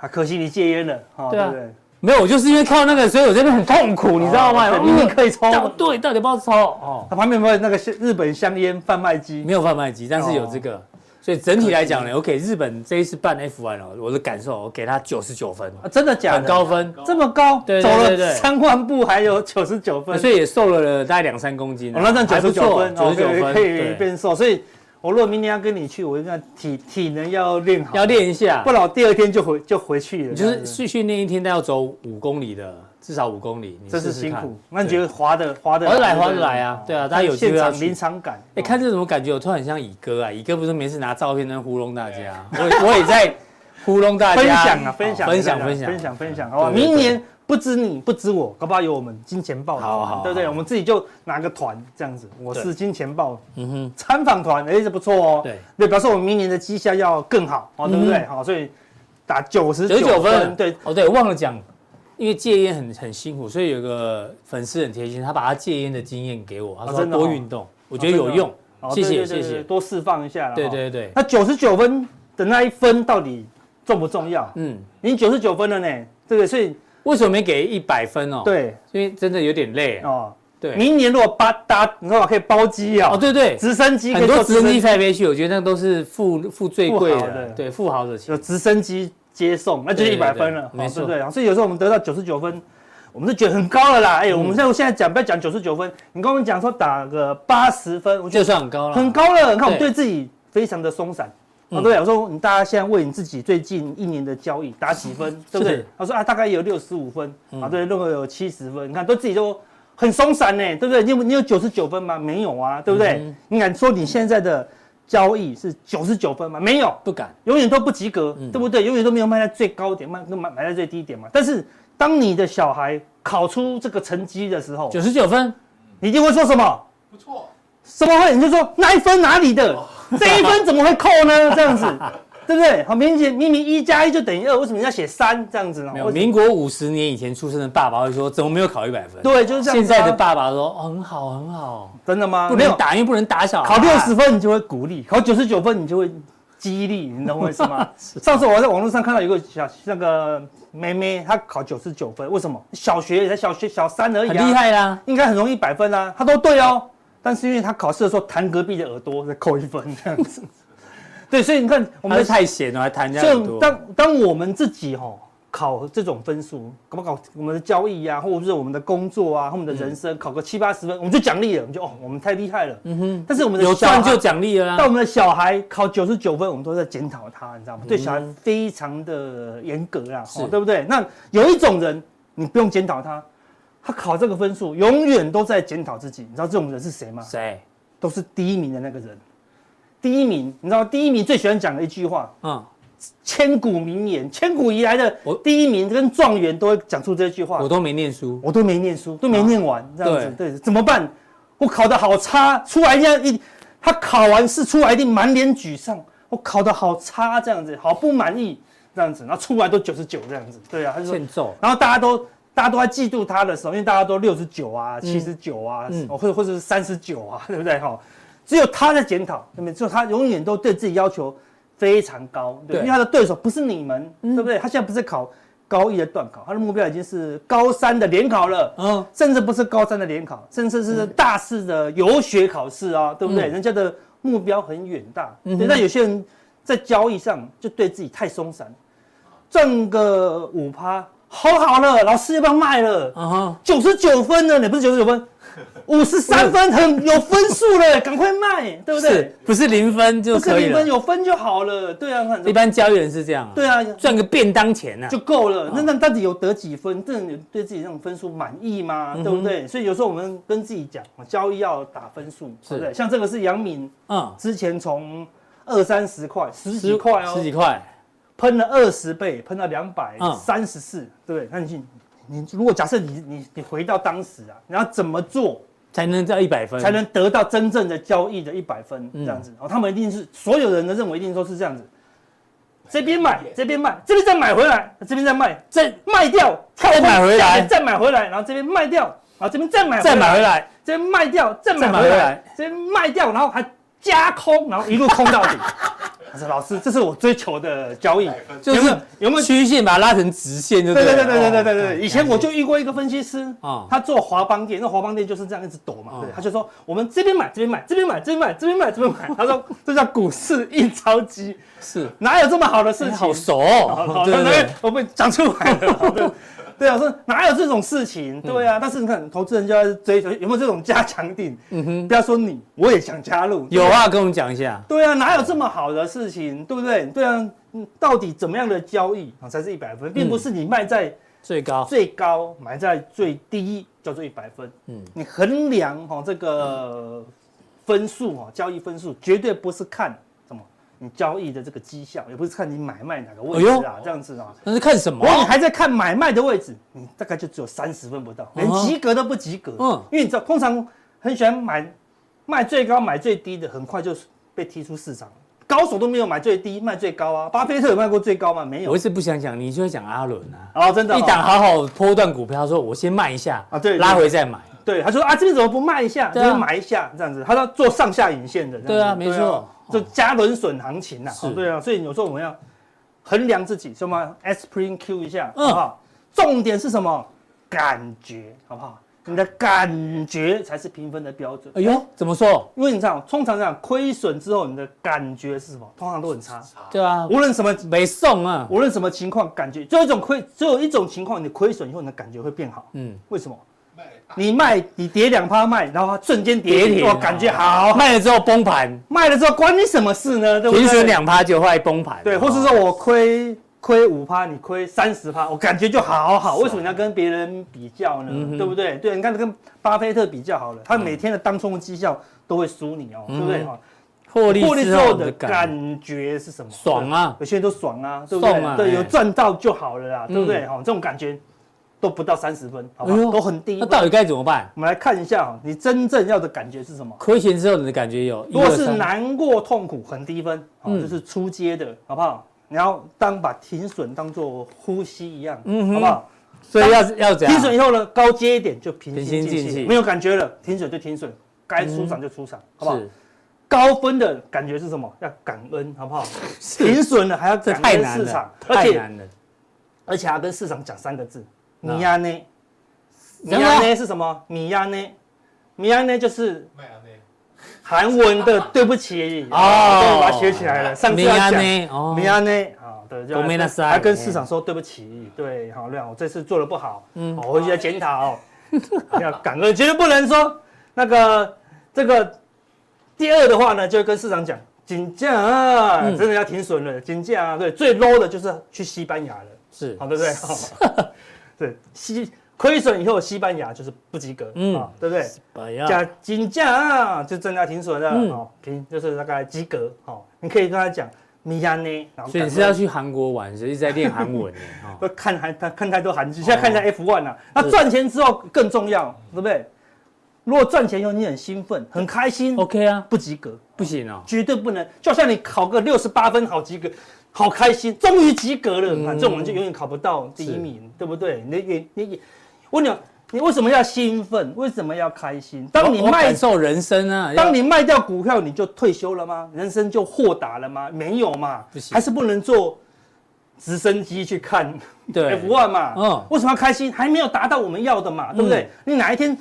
C: 啊，可惜你戒烟了，哦
B: 对啊
C: 不对？
B: 没有，我就是因为看到那个，所以我这边很痛苦，你知道吗？
C: 哦对
B: 嗯
C: 明明可以抽，
B: 到对，到底要不要抽哦？
C: 它旁边有没有那个香日本香烟贩卖机？
B: 没有贩卖机，
C: 哦
B: 但是有这个。所以整体来讲呢，我给日本这一次办 F1 哦，我的感受，我给他九十九分，
C: 啊，真的假的？
B: 很高，分，
C: 这么高，
B: 对对
C: 走
B: 对对
C: 了三万步还有九十九分，
B: 所以也瘦了大概两三公斤啊。
C: 哦我那占九
B: 还不
C: 十九
B: 错
C: 分，
B: 九十九
C: 哦
B: 分
C: 可以可以
B: 对
C: 变瘦，所以我如果明年要跟你去，我应该体体能要练好，
B: 要，练一下，
C: 不然我第二天就回就回去了，
B: 你就是
C: 这样子
B: 训训练一天，但要走五公里的，至少五公里，你
C: 真是
B: 试试
C: 辛
B: 看哎
C: 苦。那你觉得滑的滑的
B: 划得来划得来啊对啊大家有机
C: 哦现
B: 会要
C: 场
B: 去
C: 临场感，哦
B: 哎、看这种感觉，我突然很像乙哥啊！乙哥不是每次拿照片在糊弄大 家，啊我也我也在糊弄大家，
C: 分享啊
B: 哦
C: 分享
B: 分享
C: 分
B: 分
C: 享
B: 享
C: 分享分享，好吧？
B: 对对对
C: 明年不止你不止我，搞不好有我们金钱豹，
B: 好好好
C: 对不对？我们自己就拿个团这样子，我
B: 对
C: 是金钱豹
B: 嗯哼，
C: 参访团，哎，这不错哦，
B: 对，
C: 对，表示我们明年的绩效要更好，哦，对不对
B: 嗯？
C: 好，所以打九十
B: 九十
C: 九
B: 九
C: 分，
B: 分，
C: 对，
B: 哦，对，忘了讲，因为戒烟很很辛苦，所以有个粉丝很贴心，他把他戒烟的经验给我，他说
C: 真的哦
B: 多运动，我觉得有用，
C: 哦
B: 谢
C: 对
B: 谢
C: 对对
B: 谢
C: 对
B: 谢，
C: 多释放一下了。
B: 对
C: 哦。
B: 对对，
C: 那九十九分的那一分到底重不重要？
B: 嗯，
C: 你九十九分了呢，对不对？所以
B: 为什么没给一百分哦？，
C: 对
B: 因为真的有点累啊，
C: 哦，
B: 对，
C: 明年如果八搭，你说可以包机啊，
B: 哦，对对，
C: 直升机可
B: 很
C: 以
B: 多
C: 坐
B: 直升机飞来飞去，我觉得那都是富富最贵
C: 富豪的
B: 的，对富豪的钱
C: 有。直升机接送，那就是
B: 对
C: 一
B: 对
C: 百
B: 对
C: 分了，
B: 没
C: 哦
B: 错
C: 对不对？所以有时候我们得到九十九分，我们就觉得很高了
B: 嗯
C: 啦。哎，我们现在现在讲不要讲九十九分，你跟我们讲说打个八十分，我觉
B: 就
C: 得
B: 算很高了，
C: 很高了。你看我们
B: 对
C: 对自己非常的松散。
B: 嗯
C: 哦，对，我说你大家现在为你自己最近一年的交易打几分，对不对
B: 是？嗯
C: 他说啊，大概有六十五分，啊，对，如果有七十分，你看都自己都很松散呢，对不对？你有你有九十九分吗？没有啊，对不对
B: 嗯？
C: 你敢说你现在的交易是九十九分吗？没有，
B: 不敢。
C: 永远都不及格，
B: 嗯
C: 对不对？永远都没有卖在最高点，卖买买在最低点嘛。但是当你的小孩考出这个成绩的时候，
B: 九十九分，
C: 你一定会说什么？
D: 不错，
C: 什么会？你就说那一分哪里的？
B: 哦
C: 这一分怎么会扣呢？这 样子，对不对？好，明显明明一加一就等于二，为什么你要写三这样子呢？
B: 没有。
C: 为什么
B: 民国五十年以前出生的爸爸会说，怎么没有考一百分？
C: 对，就是这样子啊。
B: 现在的爸爸说，哦，很好，很好，
C: 真的吗？
B: 不
C: 没有
B: 能打，因为不能打小孩。啊
C: 考六十分你就会鼓励，考九十九分你就会激励，你懂我意思 吗？上次我在网络上看到有个小那个妹妹，她考九十九分，为什么？小学才小学小三而已、啊
B: 很厉，害啊啦。
C: 应该很容易一百分啊，她都对哦。但是因为她考试的时候弹隔壁的耳朵，再扣一分这样 子。对，所以你看我
B: 我
C: 们
B: 们
C: 的
B: 太闲了，还谈人家很
C: 就
B: 多。
C: 当当我们自己哈、考这种分数，搞不搞我们的交易啊，或者是我们的工作啊，或我们的人
B: 嗯
C: 生、考个七八十分，我们就奖励了，我们就哦，我们太厉害了。嗯哼。但是我们的
B: 有
C: 小孩
B: 赚就奖励了啊啦。
C: 但我们的小孩考九十九分，我们都在检讨他，你知道吗？对小孩非常的严格啦，
B: 嗯是
C: 哦对不对？那有一种人，你不用检讨他，他考这个分数永远都在检讨自己，你知道这种人是谁吗？
B: 谁？
C: 都是第一名的那个人。第一名，你知道第一名最喜欢讲的一句话，
B: 嗯，
C: 千古名言，千古以来的
B: 我
C: 第一名跟状元都会讲出这句话。
B: 我
C: 我
B: 都没念书，
C: 都没念书，都没念完，这样子
B: 对
C: 对怎么办？我考得好差，出来这样一，他考完试出来一定满脸沮丧，我考得好差，这样子好不满意，这样子，然后出来都九十九这样子，对啊，他就说
B: 欠揍。
C: 然后大家都大家都在嫉妒他的时候，因为大家都六十九啊、七十九啊，
B: 嗯
C: 或者或者是 三十九啊，对不对哈？只有他在检讨，那么只有他永远都对自己要求非常高，对，
B: 对嗯
C: 因为他的对手不是你们，对不对？他现在不是考高一的段考，他的目标已经是高三的联考了，
B: 嗯，
C: 甚至不是高三的联考，甚至是大四的游学考试啊，对不对？
B: 嗯
C: 人家的目标很远大，
B: 嗯哼
C: 对。那有些人在交易上就对自己太松散，赚个五趴，好好了，老师要不要卖了？
B: 啊哈，
C: 九十九分呢？你不是九十 九分，五十三分很有分数了，赶快卖，对不对
B: 是？不是零分就
C: 不是
B: 可以
C: 零分
B: 了？
C: 有分就好了，对啊，
B: 一般交易人是这样啊，
C: 对啊，
B: 赚个便当钱啊，
C: 就够了。那那到底有得几分？这你对自己这种分数满意吗？
B: 嗯
C: 对不对？所以有时候我们跟自己讲，哦交易要打分数，对不对？像这个是杨敏
B: 嗯，
C: 之前从二三十块、十几块哦，
B: 十几块，
C: 喷了二十倍，喷到两百
B: 嗯
C: 三十四，对不对？那你去你如果假设你你你回到当时啊，你要怎么做？
B: 才能到一百分，
C: 才能得到真正的交易的一百分
B: 嗯
C: 这样子。哦，他们一定是所有人都认为一定都是这样子，这边买，这边卖，这边再买回来，这边再卖，再卖掉，跳
B: 再买回来
C: 下面再买回来，然后这边卖掉，然后这边再买，
B: 再买回，来，
C: 这边卖掉，再买
B: 再买回
C: 回来
B: 来，
C: 这边卖掉，然后还加空，然后一路空到底。哎他 说：“老师，这是我追求的交易。”
B: 就
C: 有没有
B: 是
C: 有没有
B: 曲线把它拉成直线就
C: 对对
B: 对
C: 对
B: 了
C: 对对对对
B: 哦
C: 对，以前我就遇过一个分析师
B: 哦
C: 他做华邦店，那华邦店就是这样一直抖嘛，
B: 哦
C: 对，他就说我们这边买这边买这边买这边买这边买这边买，他说这叫股市印钞机，
B: 是，
C: 哪有这么好的事
B: 哎
C: 情？
B: 好熟
C: 好，
B: 哦，
C: 好，
B: 对
C: 对
B: 对
C: 对
B: 对，，
C: 我被讲出来了。好对对啊，我说哪有这种事情？对啊，但是你看，投资人就要追求有没有这种加强定？嗯哼，不要说你，我也想加入。对
B: 有
C: 不对
B: 啊，跟我们讲一下，
C: 对啊，哪有这么好的事情，对不对？对啊，嗯到底怎么样的交易啊才是一百分，并不是你卖在
B: 最高
C: 最高买在最低叫做一百分。嗯，你衡量哈、哦、这个分数哦，交易分数绝对不是看什么你交易的这个绩效，也不是看你买卖哪个位置啊，这样子啊。
B: 那是看什
C: 如
B: 么
C: 果？你还在看买卖的位置，你大概就只有三十分不到，连
B: 哦
C: 及格都不及格。
B: 嗯
C: 嗯，因为你知道，通常很喜欢买卖最高买最低的，很快就被踢出市场了。高手都没有买最低卖最高啊，巴菲特有卖过最高吗？没
B: 我
C: 有
B: 一。直不想讲，你就会讲阿伦啊，
C: 哦，真的哦、
B: 一档好好波段股票，他说我先卖一下
C: 啊对对
B: 拉回再买，
C: 对，他说啊，这边怎么不卖一下，这
B: 对啊
C: 边买一下这样子，他要做上下影线的。这样子
B: 对啊没错
C: 就加轮损行情呐、
B: 是
C: 哦对啊，所以有时候我们要衡量自己，什么 S p r i n Q 一下，
B: 嗯
C: 好不好？重点是什么？感觉，好不好？你的感觉才是评分的标准。
B: 哎呦，怎么说？
C: 因为你知道，通常讲亏损之后，你的感觉是什么？通常都很差。
B: 对啊，
C: 无论什么，
B: 没送啊，
C: 无论什么情况，感觉只有一种亏，只有一种情况，你亏损以后，你的感觉会变好。
B: 嗯，
C: 为什么？
D: 卖大
C: 你卖，你跌两趴卖，然后它瞬间跌
B: 跌
C: 停，
B: 停
C: 哇，感觉好。
B: 卖了之后崩盘，
C: 卖了之后关你什么事呢？对不对？
B: 停损两趴哦就会崩盘，
C: 对，或是说我亏亏五趴，你亏三十趴，我哦感觉就好好。为什么你要跟别人比较呢？
B: 啊嗯哼
C: 对不对？对，你看跟巴菲特比较好了，他每天的当冲绩效都会输你哦，对不对？
B: 嗯
C: 哈
B: 获利
C: 获利
B: 之
C: 之
B: 后
C: 后
B: 的
C: 的
B: 感
C: 感觉是什么？
B: 爽啊
C: 有些人都爽啊，对不对
B: 爽？啊
C: 对，
B: 哎
C: 有赚到就好了啦，对不对？
B: 嗯
C: 哈，这种感觉都不到三十分，好吧
B: 哎呦，
C: 都很低
B: 那。到底该怎么办？
C: 我们来看一下哈，你真正要的感觉是什么？
B: 亏钱之后你的感觉有，
C: 如果
B: 一二
C: 是
B: 三
C: 难过、痛苦，很低分，哦，
B: 嗯
C: 就是出街的，好不好？你要当把停损当做呼吸一样，
B: 嗯哼
C: 好不好？
B: 所以要要怎
C: 停损
B: 样？
C: 以后呢，高阶一点就平
B: 平心
C: 心静
B: 静
C: 气，
B: 气嗯
C: 没有感觉了，停损就停损，该出场就出场，好不好？
B: 是
C: 高分的感觉是什么？要感恩，好不 好？停损了还要
B: 这
C: 感
B: 太
C: 恩
B: 难
C: 市
B: 了
C: 场，，而
B: 太
C: 且
B: 难了。
C: 而且还要跟市场讲三个字：
B: 那
C: 米亚呢？米
B: 什么
C: 亚呢是什么？米亚呢？米亚呢就是
D: 卖啊那
C: 韩文的 对不起
B: 哦
C: 哦，对我把它学起来了。上次
B: 明
C: 要
B: 安
C: 讲
B: 呢？哦，
C: 米亚呢？啊，对，就
B: ごめんなさい
C: 还跟市场说对不起，对，好，亮，我这次做的不好，嗯，我回去要检讨， 要感恩，绝对不能说那个这个第二的话呢，就跟市场讲，金价啊，
B: 嗯
C: 真的要停损了，金价啊，对，最 low 的就是去西班牙了，
B: 是
C: 好，对不 对？好对，西亏损以后，西班牙就是不及格，
B: 嗯
C: 啊，对不对？
B: 哎呀
C: 假金价啊，就真的要停损了、
B: 嗯
C: 哦，平就是大概及格哦。你可以跟他讲米亚呢，然后
B: 所以你是要去韩国玩，所以一直在练韩文呢。哦
C: 要看韩他看太多韩剧，现在看一下 F one 啊。那赚钱之后更重要，对不对？如果赚钱以后你很兴奋、很开心，
B: OK 啊，
C: 不及格
B: 不行哦，
C: 绝对不能。就像你考个六十八分，好及格，好开心，
B: 嗯
C: 终于及格了，啊，这种人就永远考不到第一名，对不对？你你你，我跟你讲，你为什么要兴奋？为什么要开心？ 当你
B: 我我
C: 卖
B: 感受人生啊，要
C: 当你卖掉股票，你就退休了吗？人生就豁达了吗？没有嘛
B: 不，行
C: 还是不能坐直升机去看
B: 对
C: F 1嘛。
B: 嗯
C: 嗯，为什么要开心？还没有达到我们要的嘛，对不对？你哪一天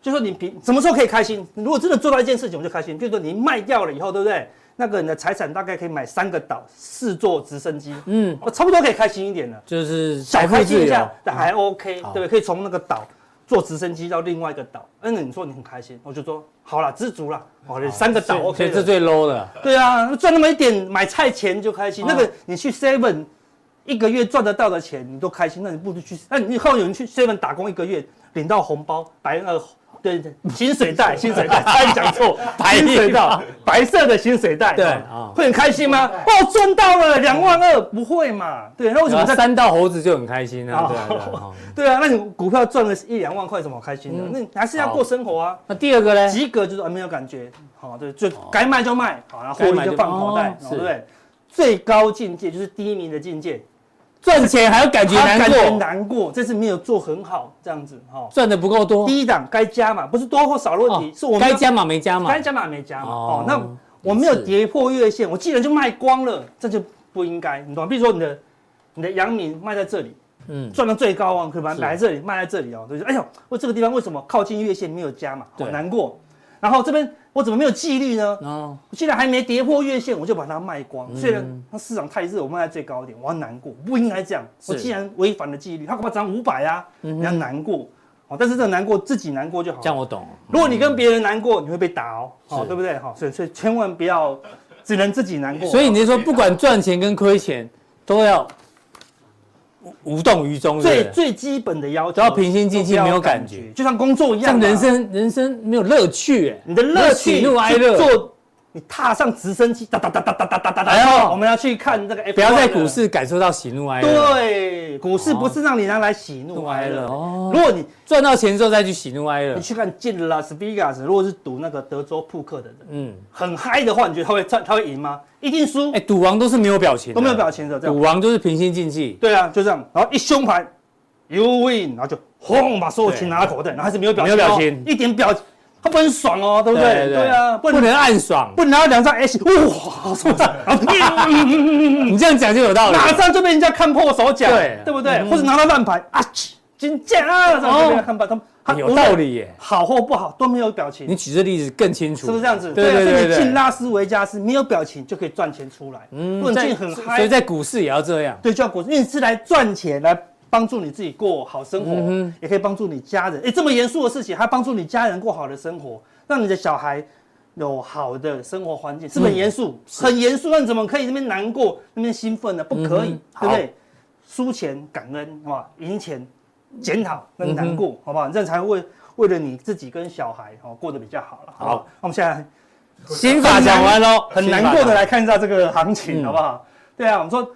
C: 就说你平什么时候可以开心？如果真的做到一件事情，我就开心。就是说你卖掉了以后，对不对？那个你的财产大概可以买三个岛、四座直升机，
B: 嗯
C: 嗯，我差不多可以开心一点了。
B: 就是
C: 小
B: 财富
C: 开心
B: 自
C: 一
B: 由
C: 下，那还 OK，、
B: 啊嗯好
C: 对不对？可以从那个岛坐直升机到另外一个岛，嗯，你说你很开心，我就说好了，知足了，哦，你三个
B: 所
C: 岛
B: 以
C: OK
B: 这
C: 了，
B: 最 low 了。
C: 对啊，赚那么一点买菜钱就开心，那个你去 Seven 一个月赚得到的钱你都开心，那你不如去，那你以后有人去 Seven 打工一个月领到红包白呃。对对，薪水袋，薪水袋，差点讲错，
B: 白
C: 薪水袋，白色的薪水袋，
B: 对
C: 哦
B: 啊
C: 会很开心吗？哦，赚到了两万二，不会嘛？对，那为什么在
B: 三道猴子就很开心啊？
C: 哦
B: 对啊对啊。 哦
C: 对啊，那你股票赚了一两万块，怎么好开心的？那你还是要过生活啊。
B: 那第二个呢？
C: 及格就是啊没有感觉，好、对，就该卖就卖，好，然
B: 嗯哦
C: 后
B: 该
C: 获
B: 买
C: 利
B: 就
C: 就放口袋
B: 哦，是
C: 好对不对？最高境界就是第一名的境界，
B: 赚钱还要感觉
C: 他
B: 难
C: 感觉
B: 过，
C: 难过，这次没有做很好，这样子哈。
B: 赚的不够多。
C: 第一档该加码，不是多或少的问题，
B: 哦
C: 是我们
B: 该加码没加码
C: 该。加码没加码
B: 哦
C: 哦那我没有
B: 是
C: 跌破月线，我既然就卖光了，这就不应该，你懂吗？比如说你的你的阳明卖在这里，
B: 嗯，
C: 赚到最高啊，可以把
B: 是
C: 它摆在这里，卖在这里哦。就是哎呦，我这个地方为什么靠近月线没有加嘛，好
B: 对
C: 难过。然后这边我怎么没有纪律呢？
B: 哦，
C: 既然还没跌破月线，我就把它卖
B: 嗯
C: 光。虽然它市场太热，我卖在最高点，我要难过，不应该这样。
B: 是嗯
C: 我既然违反了纪律，它恐怕涨五百啊，你要难过。好，但是这个难过自己难过就好
B: 这。样我懂。
C: 如果你跟别人难过，你会被打哦，好，
B: 是
C: 对不对？好，所以所以千万不要只能自己难过。
B: 所以你是说，不管赚钱跟亏钱，都要无无动于衷，对
C: 最
B: 不对？
C: 最基本的要求，
B: 只要平心静气
C: 就不要
B: 没有感
C: 感
B: 觉
C: 觉，就像工作一
B: 这样
C: 样嘛，
B: 人生人生没有乐趣哎。
C: 你的乐趣
B: 喜怒哀
C: 去
B: 乐，
C: 坐你踏上直升机，哒哒哒哒哒哒哒哒哒，
B: 哎
C: 然
B: 呦
C: 后我们要去看这个 F1 了，
B: 不要在股市感受到喜怒哀乐。，
C: 对，股市不是让你拿来喜怒哀乐。
B: 哦
C: 如果你
B: 赚到钱之后再去喜怒哀乐
C: 你。去看进了 Las Vegas，如果是赌那个德州扑克的人，
B: 嗯，
C: 很嗨的话，你觉得他会赚他会赢吗？一定输
B: 哎，，赌王都是没有表情，
C: 都没有表。情的这
B: 赌
C: 样。
B: 王就是平心静气，
C: 对啊，就这样，然后一凶盘，You win，然后就轰把所有钱拿到口袋，然后还是没有表情哦，
B: 没有表情
C: 一点表，他不很爽哦，对不对？对啊，
B: 不
C: 不
B: 能
C: 能
B: 暗爽。
C: 不拿到两张 H，哇，好受伤，然后
B: 你这样讲就有道理。
C: 马上就被人家看破手脚，
B: 对嗯
C: 对不对？或者拿到烂牌啊，切金剑啊，然后就被人家看破，他们他
B: 哦哎有道，理耶。
C: 好或不好都没有表情，
B: 你举这例子更清楚，
C: 是不是这样子？
B: 对
C: 啊
B: 对
C: 所以
B: 对
C: 你
B: 对，
C: 进拉斯维加斯没有表情就可以赚钱出来，嗯，论进很
B: 所
C: 嗨
B: 以，在股市也要这样。
C: 对，就像股市，因为你是来赚钱来。帮助你自己过好生活，也可以帮助你家人。哎，这么严肃的事情，还帮助你家人过好的生活，让你的小孩有好的生活环境，是不嗯是很严肃？很严肃，那你怎么可以那边难过，那边兴奋呢？不可以，
B: 哼
C: 对不对？输钱感恩，好吧？赢钱检讨跟难过，好不好？这样才会为了你自己跟小孩哦过得比较好了。好不好，那我们现在
B: 刑法讲完喽，
C: 很难过的来看一下这个行
B: 嗯
C: 情，好不好？对啊，我们说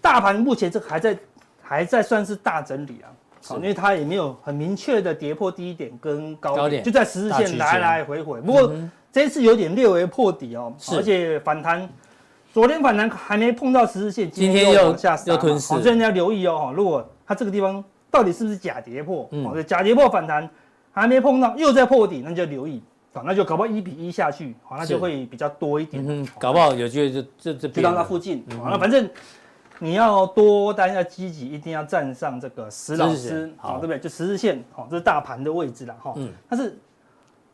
C: 大盘目前这个还在还在算是大整理啊，好，因为它也没有很明确的跌破低点跟
B: 高
C: 高
B: 点
C: 点，就在十日
B: 大区
C: 线
B: 间
C: 来来回回。不过这一次有点略微破底哦，
B: 是
C: 而且反弹。昨天反弹还没碰到十日线，
B: 今天又
C: 又往下杀
B: 又
C: 嘛
B: 吞噬
C: 好所以你要留意哦。如果它这个地方到底是不是假跌破？
B: 嗯
C: 嗯，假跌破反弹还没碰到，又在破底，那你就留意。好，那就搞不好一比一下去，好，那
B: 是
C: 就会比较多一点。
B: 嗯，搞不好有机会就就这
C: 就
B: 边
C: 到它附近。
B: 嗯
C: 好，那反正你要多单，要积极，一定要站上这个石老
B: 十日
C: 师
B: 线，好
C: 好，对不对？就十日线，好，这是大盘的位置啦，哈
B: 嗯。
C: 但是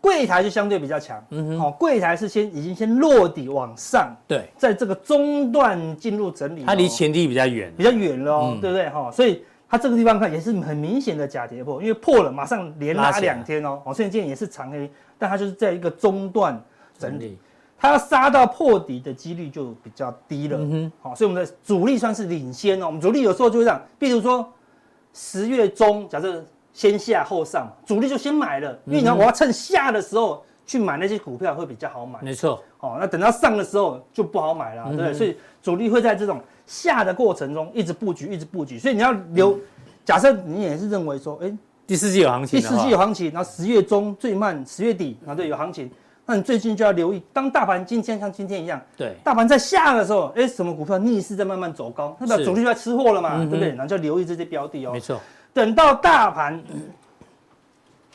C: 柜台就相对比较强，好，柜台是先已经先落底往上，
B: 对，
C: 在这个中段进入整理哦，
B: 它离前低比较远，
C: 比较远了哦
B: 嗯，
C: 对不对？哈，所以。它这个地方看也是很明显的假跌破，因为破了马上连
B: 拉
C: 拉
B: 起来
C: 两天哦，哦，所以今天也是长黑，但它就是在一个中段整理，
B: 理
C: 它要杀到破底的几率就比较低了。
B: 哼
C: 好、所以我们的主力算是领先哦。我们主力有时候就会这样，比如说十月中，假设先下后上，主力就先买了，因为你看我要趁下的时候去买那些股票会比较好买。
B: 没错，
C: 哦，那等到上的时候就不好买了，对不对？所以主力会在这种下的过程中一直布局，一直布局。所以你要留，假设你也是认为说，哎、
B: 第四季有行情
C: 第
B: 的
C: 四
B: 话，
C: 季有行情，然后十月中最慢十月底，然后对有行情。那你最近就要留意，当大盘今天像今天一样，
B: 对，
C: 大盘在下的时候，哎，什么股票逆势在慢慢走高，那表
B: 是
C: 示主力就在吃货了嘛，
B: 嗯哼
C: 哦对不对？然后就留意这些标的哦
B: 没。错，
C: 等到大盘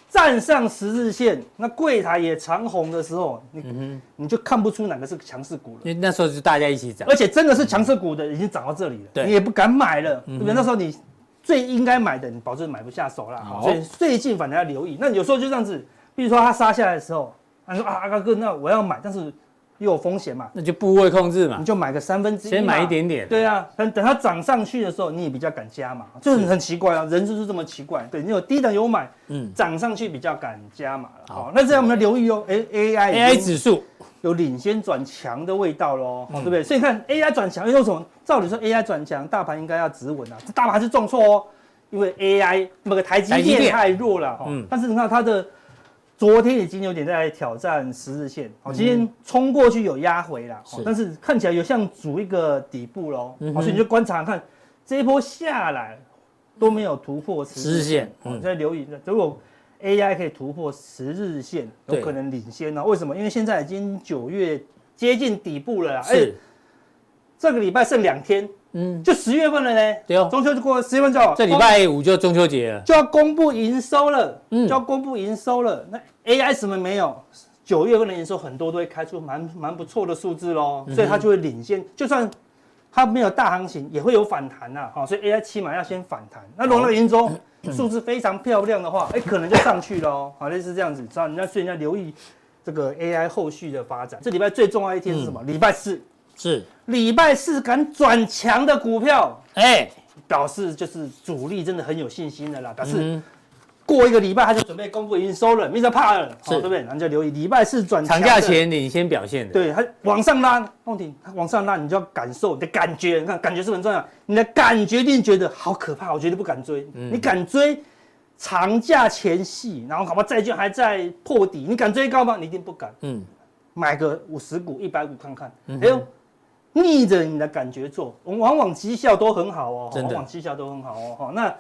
C: 站上十日线，那柜台也长红的时候，你、
B: 嗯
C: 你就看不出哪个是强势股了。
B: 因为那时候就大家一起涨
C: 而，且真的是强势股的已经涨到这里了，
B: 对嗯
C: 你也不敢买了，对不对？那时候你最应该买的，你保证买不下手啦。
B: 好
C: 所以最近反正要留意。那有时候就这样子，比如说它杀下来的时候，他说啊阿高哥，那我要买，但是又有风险嘛，
B: 那就部位控制嘛
C: 你，就买个三分之一，
B: 先买一。点点。
C: 对啊，等等它涨上去的时候，你也比较敢加嘛，就是很奇怪啊，人就是这么奇怪。对你有低档有买，
B: 嗯
C: 涨上去比较敢加码了。
B: 好
C: 好，那这样我们要留意哦，A A I
B: ，AI 指数
C: 有领先转强的味道喽，
B: 嗯
C: 对不对？所以你看 AI 转强，因哎为为什么？照理说 AI 转强，大盘应该要止稳啊，这大盘还是重挫哦，因为 AI 那个台积
B: 台积电
C: 电太弱了哈、哦
B: 嗯
C: 但是你看它的昨天已经有点在挑战十日线，哦，今天冲过去有压回啦，哦
B: 嗯是
C: 但是看起来有像组一个底部喽、哦
B: 嗯哼
C: 所以你就观察看这一波下来都没有突破
B: 十
C: 十
B: 日
C: 日线，
B: 线，
C: 哦
B: 嗯，
C: 再留意，如果 AI 可以突破十日线，有
B: 对
C: 可能领先呢、为什么？因为现在已经九月接近底部了啦。哎
B: 是，
C: 这个礼拜剩两天，
B: 嗯，
C: 就十月份了呢。
B: 对哦
C: 中秋就过了，十月份就好
B: 这礼拜五就中秋节了，
C: 就要公布营收了，
B: 嗯
C: 就要公布营收了。那 AI 什么没有？九月份的营收很多都会开出蛮蛮不错的数字喽，所以它就会领先。就算它没有大行情，也会有反弹呐、好、所以 AI 起码要先反弹。那如果那个营收数字非常漂亮的话，哎、可能就上去喽。好，类似这样子，知道？你要所以你要留意这个 AI 后续的发展。这礼拜最重要一天是什么？礼、拜四，
B: 是，
C: 礼拜四敢转强的股票，
B: 哎，
C: 表示就是主力真的很有信心的啦，表示、
B: 嗯，
C: 过一个礼拜他就准备公布营收了，没得怕了，
B: 是
C: 好对不对？然后就留意礼拜四转强
B: 长
C: 的
B: 假，前领先表现的，，
C: 对它往上拉，梦婷它往上拉，你就要感受你的感觉，你看感觉是不是很重要，你的感觉一定觉得好可怕，我绝对不敢追，
B: 嗯
C: 你敢追。长假前夕，然后恐怕债券还在破底，你敢追高吗？你一定不敢，
B: 嗯，
C: 买个五十股、一百股看看。哎呦，逆着你的感觉做，往往绩效都很好哦，
B: 真的
C: 往往绩效都很好哦。哈，那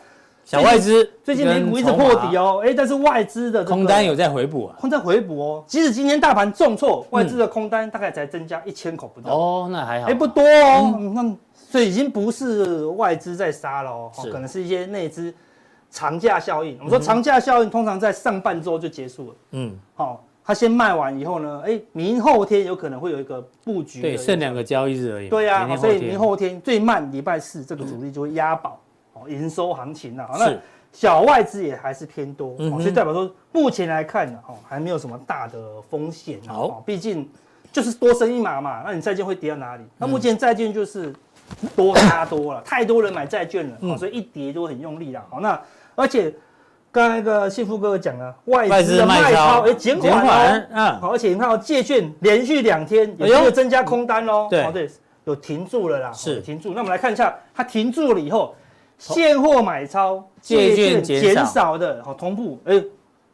B: 小外资
C: 最近美股一直破底
B: 哦，
C: 哦，哎，但是外资的这个
B: 空单有在回补啊，
C: 空单回补哦。即使今天大盘重挫，外资的空单大概才增加一千口不到，
B: 哦，那还好，嗯
C: 哎，不多哦。那所以已经不是外资在杀了哦，
B: 是
C: 可能是一些内资长假效应。我们说长假效应通常在上半周就结束了，
B: 嗯，
C: 好，它先卖完以后呢，哎，明后天有可能会有一个布局的一
B: 对，
C: 个，
B: 剩两个交易日而已嘛，
C: 对呀、
B: 明天
C: 所以
B: 天嗯
C: 明后天最慢礼拜四这个主力就会押宝哦，营收行情啊，好那
B: 是
C: 小外资也还是偏多，
B: 嗯
C: 哦
B: 哼
C: 所以代表说目前来看呢，哦，还没有什么大的风险啊。
B: 好
C: 哦毕竟就是多升一码嘛，那你债券会跌到哪里？那目
B: 嗯
C: 前债券就是多杀多了，太多人买债券了，
B: 嗯
C: 哦所以一跌就会很用力了。好，那而且刚才那个幸福哥哥讲了，外
B: 外
C: 资
B: 资
C: 的卖
B: 卖
C: 超
B: 超
C: 哎减
B: 减
C: 缓
B: 缓
C: 了，
B: 嗯
C: 好，而且你看到哦借券连续两天也
B: 哎
C: 没
B: 呦
C: 有增加空单喽，
B: 对
C: 哦对，有停住了啦，哦
B: 是
C: 有停住。那我们来看一下，它停住了以后，现货买超
B: 借券减少
C: 减少的，好同步，哎、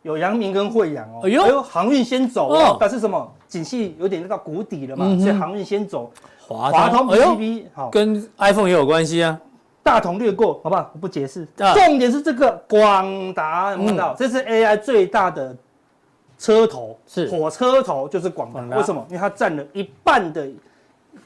C: 有阳明跟惠阳哦，
B: 哎
C: 哎
B: 呦
C: 呦，航运先走
B: 哦
C: 哦，但是什么？景气有点到谷底了嘛，
B: 嗯哼
C: 所以航运先走，
B: 华
C: 华通
B: 哎
C: PPP 好，
B: 跟 iPhone 也有关系啊，
C: 大同略过，好不好？我不解释。
B: 啊嗯
C: 重点是这个广达，有没有看到？这是 AI 最大的车头，
B: 是
C: 火车头，就是广
B: 广达
C: 达。为什么？因为它占了一半的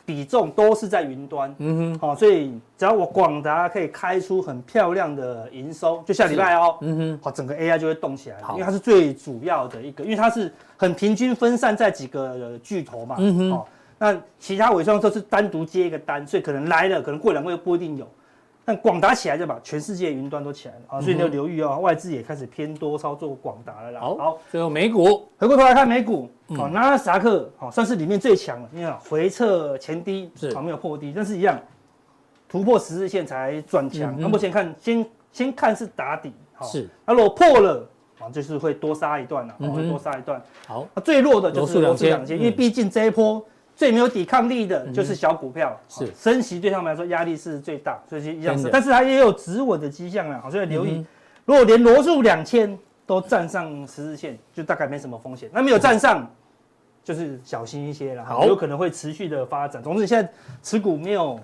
C: 比重都是在云端。
B: 嗯哼，
C: 好、所以只要我广达可以开出很漂亮的营收，就下礼拜哦，
B: 嗯哼，
C: 好，整个 AI 就会动起来了
B: 好，
C: 因为它是最主要的一个，因为它是很平均分散在几个呃巨头嘛，
B: 嗯哼
C: 哦，那其他尾商都是单独接一个单，所以可能来了，可能过两个月不一定有。但广达起来就把全世界云端都起来了
B: 嗯
C: 啊，所以你要留意哦，外资也开始偏多操作广达了啦。
B: 好，嗯最后美股
C: 回过头来看美股，好、纳斯达克好、算是里面最强了，因为啊回撤前低
B: 是
C: 好、没有破低，但是一样突破十日线才转强。
B: 嗯哼
C: 那、目前看，先先看是打底，好
B: 是，
C: 那如果破了啊，就是会多杀一段了、
B: 嗯
C: 哦，
B: 哼
C: 会多杀一段。
B: 好，
C: 那啊最弱的就
B: 罗
C: 是
B: 素
C: 罗素
B: 2000
C: 两千，因为
B: 嗯
C: 毕竟这一波最没有抵抗力的就是小股票，
B: 是
C: 好升息对他们来说压力是最大，所以一
B: 真
C: 样
B: 的
C: 是，但是它也有止稳的迹象了，啊好，所以留
B: 嗯
C: 意
B: 哼，
C: 如果连罗素两千都站上十日线，就大概没什么风险，那没有站上。就是小心一些了，
B: 好
C: 有可能会持续的发展。总之，现在持股没有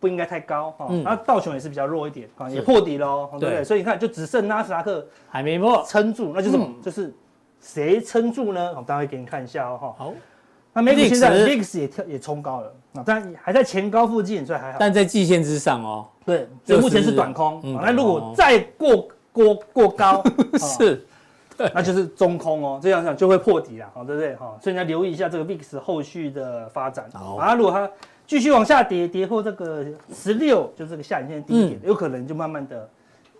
C: 不应该太高哈
B: 嗯，
C: 那道琼也是比较弱一点啊，也
B: 是
C: 破底喽，对不
B: 对
C: 对？所以你看，就只剩纳斯达克
B: 还没破，
C: 撑住，那就是什么？
B: 嗯
C: 就是谁撑住呢？我待会给你看一下哦哈。
B: 好，
C: 那美股现在
B: VIX
C: VIX 也跳也冲高了，啊，但还在前高附近，所以还好。
B: 但在季线之上哦，
C: 对，所以目前
B: 就是
C: 是短空。哦
B: 嗯
C: 啊
B: 短空
C: 那如果再过过过高，啊
B: 是
C: 那就是中空哦，这样讲就会破底啦，好，哦对不对？哈，所以你要留意一下这个 VIX 后续的发展。
B: 好
C: 啊，如果它继续往下跌，跌破这个十六，就是这个下影线的低点，有可能就慢慢的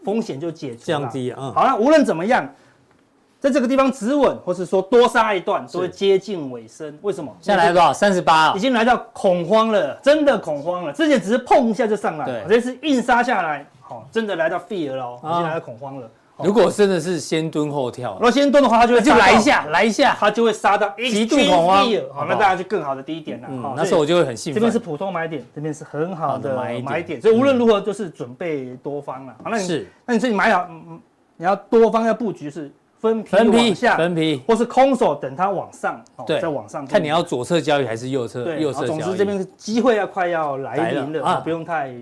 C: 风险就解除啦
B: 嗯降。低啊，
C: 好了，无论怎么样，在这个地方止稳，或是说多杀一段，都会接近尾声。为什么？
B: 现在来多少？三十八啊
C: 已经来到恐慌了，真的恐慌了。之前只是碰一下就上来了，
B: 对
C: 这次硬杀下来，好、真的来到 fear 了哦，已
B: 啊
C: 经来到恐慌了。好
B: 如果真的是先蹲后跳
C: 如，果先蹲的话，它就会
B: 就
C: 杀到
B: 来一，下，来一下，
C: 它就会杀到
B: 极度恐慌
C: extreme fear，
B: 好
C: 好，
B: 不好
C: 那大家就更好的低点了。
B: 嗯
C: 好，
B: 那时候我就会很兴
C: 这边是
B: 奋。
C: 普通买点，这边是很好的
B: 好的买
C: 买
B: 点嗯
C: 点，所以无论如何就是准备多方了。好，那你
B: 是
C: 那你说你买好，嗯嗯你要多方要布局是分批
B: 分批
C: 往下，
B: 分批，
C: 或是空手等它往上，哦
B: 对
C: 再往上布局
B: 看你要左侧交易还是右侧
C: 对，
B: 右
C: 然后
B: 侧交易。
C: 总之这边机会要快要来临
B: 来
C: 了，
B: 了啊
C: 不用太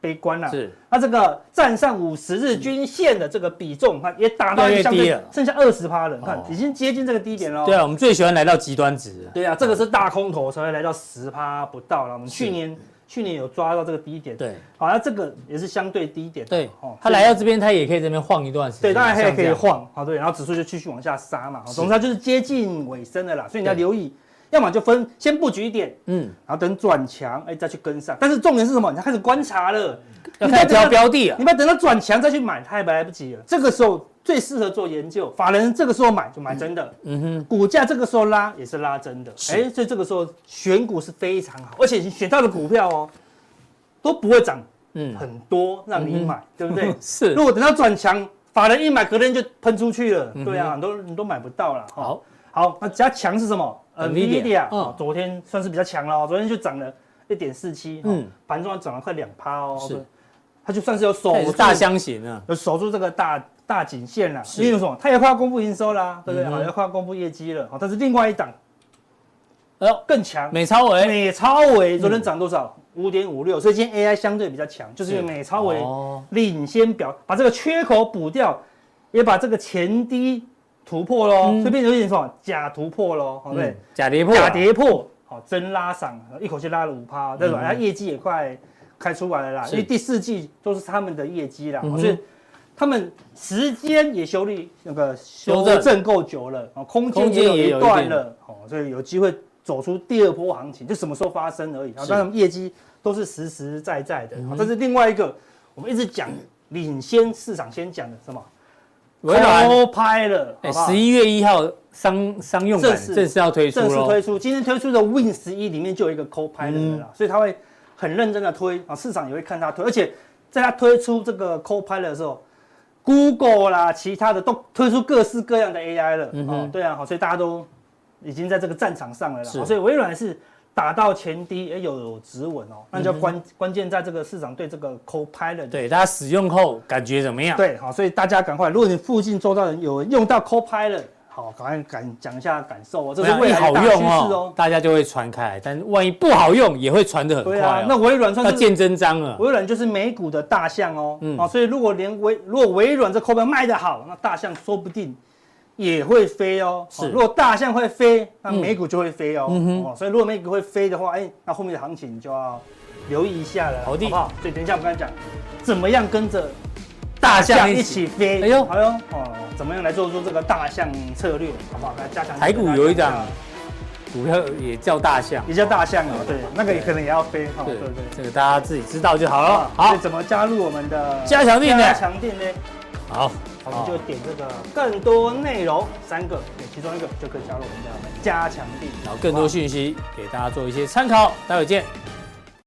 C: 悲观了。
B: 是
C: 那这个站上五十日均线的这个比重，看也打到
B: 越来越
C: 相
B: 低
C: 对
B: 了
C: 剩下二十趴了，你看
B: 哦
C: 已经接近这个低点了。
B: 对啊，我们最喜欢来到极端值。
C: 对啊，这个是大空头才会来到十趴不到了。我们去年去年有抓到这个低点，，
B: 对
C: 好，那这个也是相对低点，
B: 对
C: 哦，
B: 他来到这边，他也可以这边晃一段时间。
C: 对，当然它也
B: 嗯像
C: 可
B: 这
C: 以
B: 样。
C: 晃，好对，然后指数就继续往下杀嘛，好总之它就是接近尾声的啦，所以你要留意，要么就分先布局一点，
B: 嗯，
C: 然后等转强，哎、再去跟上。但是重点是什么？你要开始观察了，
B: 要
C: 你
B: 开始
C: 再等
B: 挑
C: 到
B: 标的啊
C: 你。不要等到转强再去买，太来不及了。这个时候最适合做研究，法人这个时候买就买真的，
B: 嗯哼，
C: 股价这个时候拉也是拉真的。哎、所以这个时候选股是非常好，而且你选到的股票哦，都不会涨
B: 嗯，？
C: 很多让你买，对不对
B: 嗯是
C: 如。果等到转强，法人一买，隔天就喷出去了，
B: 嗯
C: 对啊，很多人都买不到了。
B: 好，
C: 好，那加强是什么呃
B: NVIDIA
C: ？NVIDIA，
B: 嗯
C: 哦昨天算是比较强了哦，昨天就涨了一点四七，嗯
B: 嗯，
C: 盘中还涨了快两趴哦，
B: 是
C: 对，它就算是有守
B: 它也
C: 住
B: 是大箱型啊。
C: 有守住这个大大颈线啦，因为什么？它也快要公布营收啦，对不对？
B: 嗯哼
C: 好，也快要公布业绩了，好，哦但是另外一档
B: 哎呦，
C: 更强，
B: 美超维
C: 美超维昨天涨多少？五点五六，所以今天 AI 相对比较强，就是因为
B: 是
C: 美超维
B: 哦
C: 领先表，把这个缺口补掉，也把这个前低突破喽，
B: 嗯
C: 这边有点什么假突破喽，好对
B: 嗯，，假跌破啊，
C: 假跌破，好真拉上，一口气拉了五趴，对吧？它业绩也快开出来了啦，
B: 嗯是
C: 因为第四季都是他们的业绩啦，
B: 嗯哼
C: 所以他们时间也修理那个修
B: 修正
C: 正够久了，哦空
B: 空
C: 间
B: 间
C: 也有
B: 也有一
C: 一段
B: 定
C: 了，哦，所以有机会走出第二波行情，就什么时候发生而已。啊，
B: 是嗯
C: 当然业绩都是实实在在的，哦好但是另外一个我们一直讲领先市场先讲的什么？
B: 微软
C: 偷拍了，
B: 哎，
C: 好不好
B: 十一月一号商商用版
C: 正式
B: 正式要推出
C: 正式推
B: 喽。
C: 出，今天推出的 Win 十一里面就有一个 Copilot
B: 嗯
C: 了啦，所以他会很认真的推啊，市场也会看他推，而且在他推出这个 Copilot 的时候，Google 啦，其他的都推出各式各样的 AI 了，
B: 嗯
C: 哦
B: 哼，
C: 对啊，好，所以大家都已经在这个战场上了啦，
B: 是
C: 好所以微软是打到前低，也有有止稳哦，那就要关关键在这个市场对这个 Copilot 的
B: 嗯对，大家使用后感觉怎么样？
C: 对，好，所以大家赶快，如果你附近周遭人有人用到 Copilot，好，赶快赶讲一下感受哦，这
B: 不
C: 是
B: 然
C: 未
B: 一
C: 来
B: 好
C: 的大趋
B: 用
C: 势
B: 哦
C: 哦，。
B: 大家就会传开来，但万一不好用，也会传的很
C: 对
B: 快
C: 啊
B: 哦。，
C: 那微软
B: 要
C: 算是
B: 见真章啊了。
C: 微软就是美股的大象哦，
B: 嗯
C: 哦，所以如果连微如果微软这口碑卖得好，那大象说不定也会飞哦。
B: 是
C: 哦如果大象会飞，那
B: 嗯
C: 美股就会飞哦。
B: 嗯哼
C: 哦，所以如果美股会飞的话，哎，那后面的行情你就要留意一下了，
B: 好的
C: 不好？所以等一下我们跟他讲，怎么样跟着
B: 大象
C: 一
B: 一
C: 起
B: 起
C: 飞，
B: 哎呦
C: 哎呦，哦，怎么样来做出这个大象策略，好不好？来加强
B: 台股有一档
C: 下
B: 股票也叫大象，
C: 也叫大象哦，对，那个也可能也要飞，哦，对
B: 对
C: 不对？
B: 这个大家自己知道就好了。
C: 所
B: 好
C: 以，啊怎么加入我们的
B: 加强店呢
C: 加强店呢？
B: 好，
C: 我们就点这个更多内容三个，点其中一个就可以加入我们的加强店。
B: 然后更多讯息给大家做一些参考，待会见。
C: 好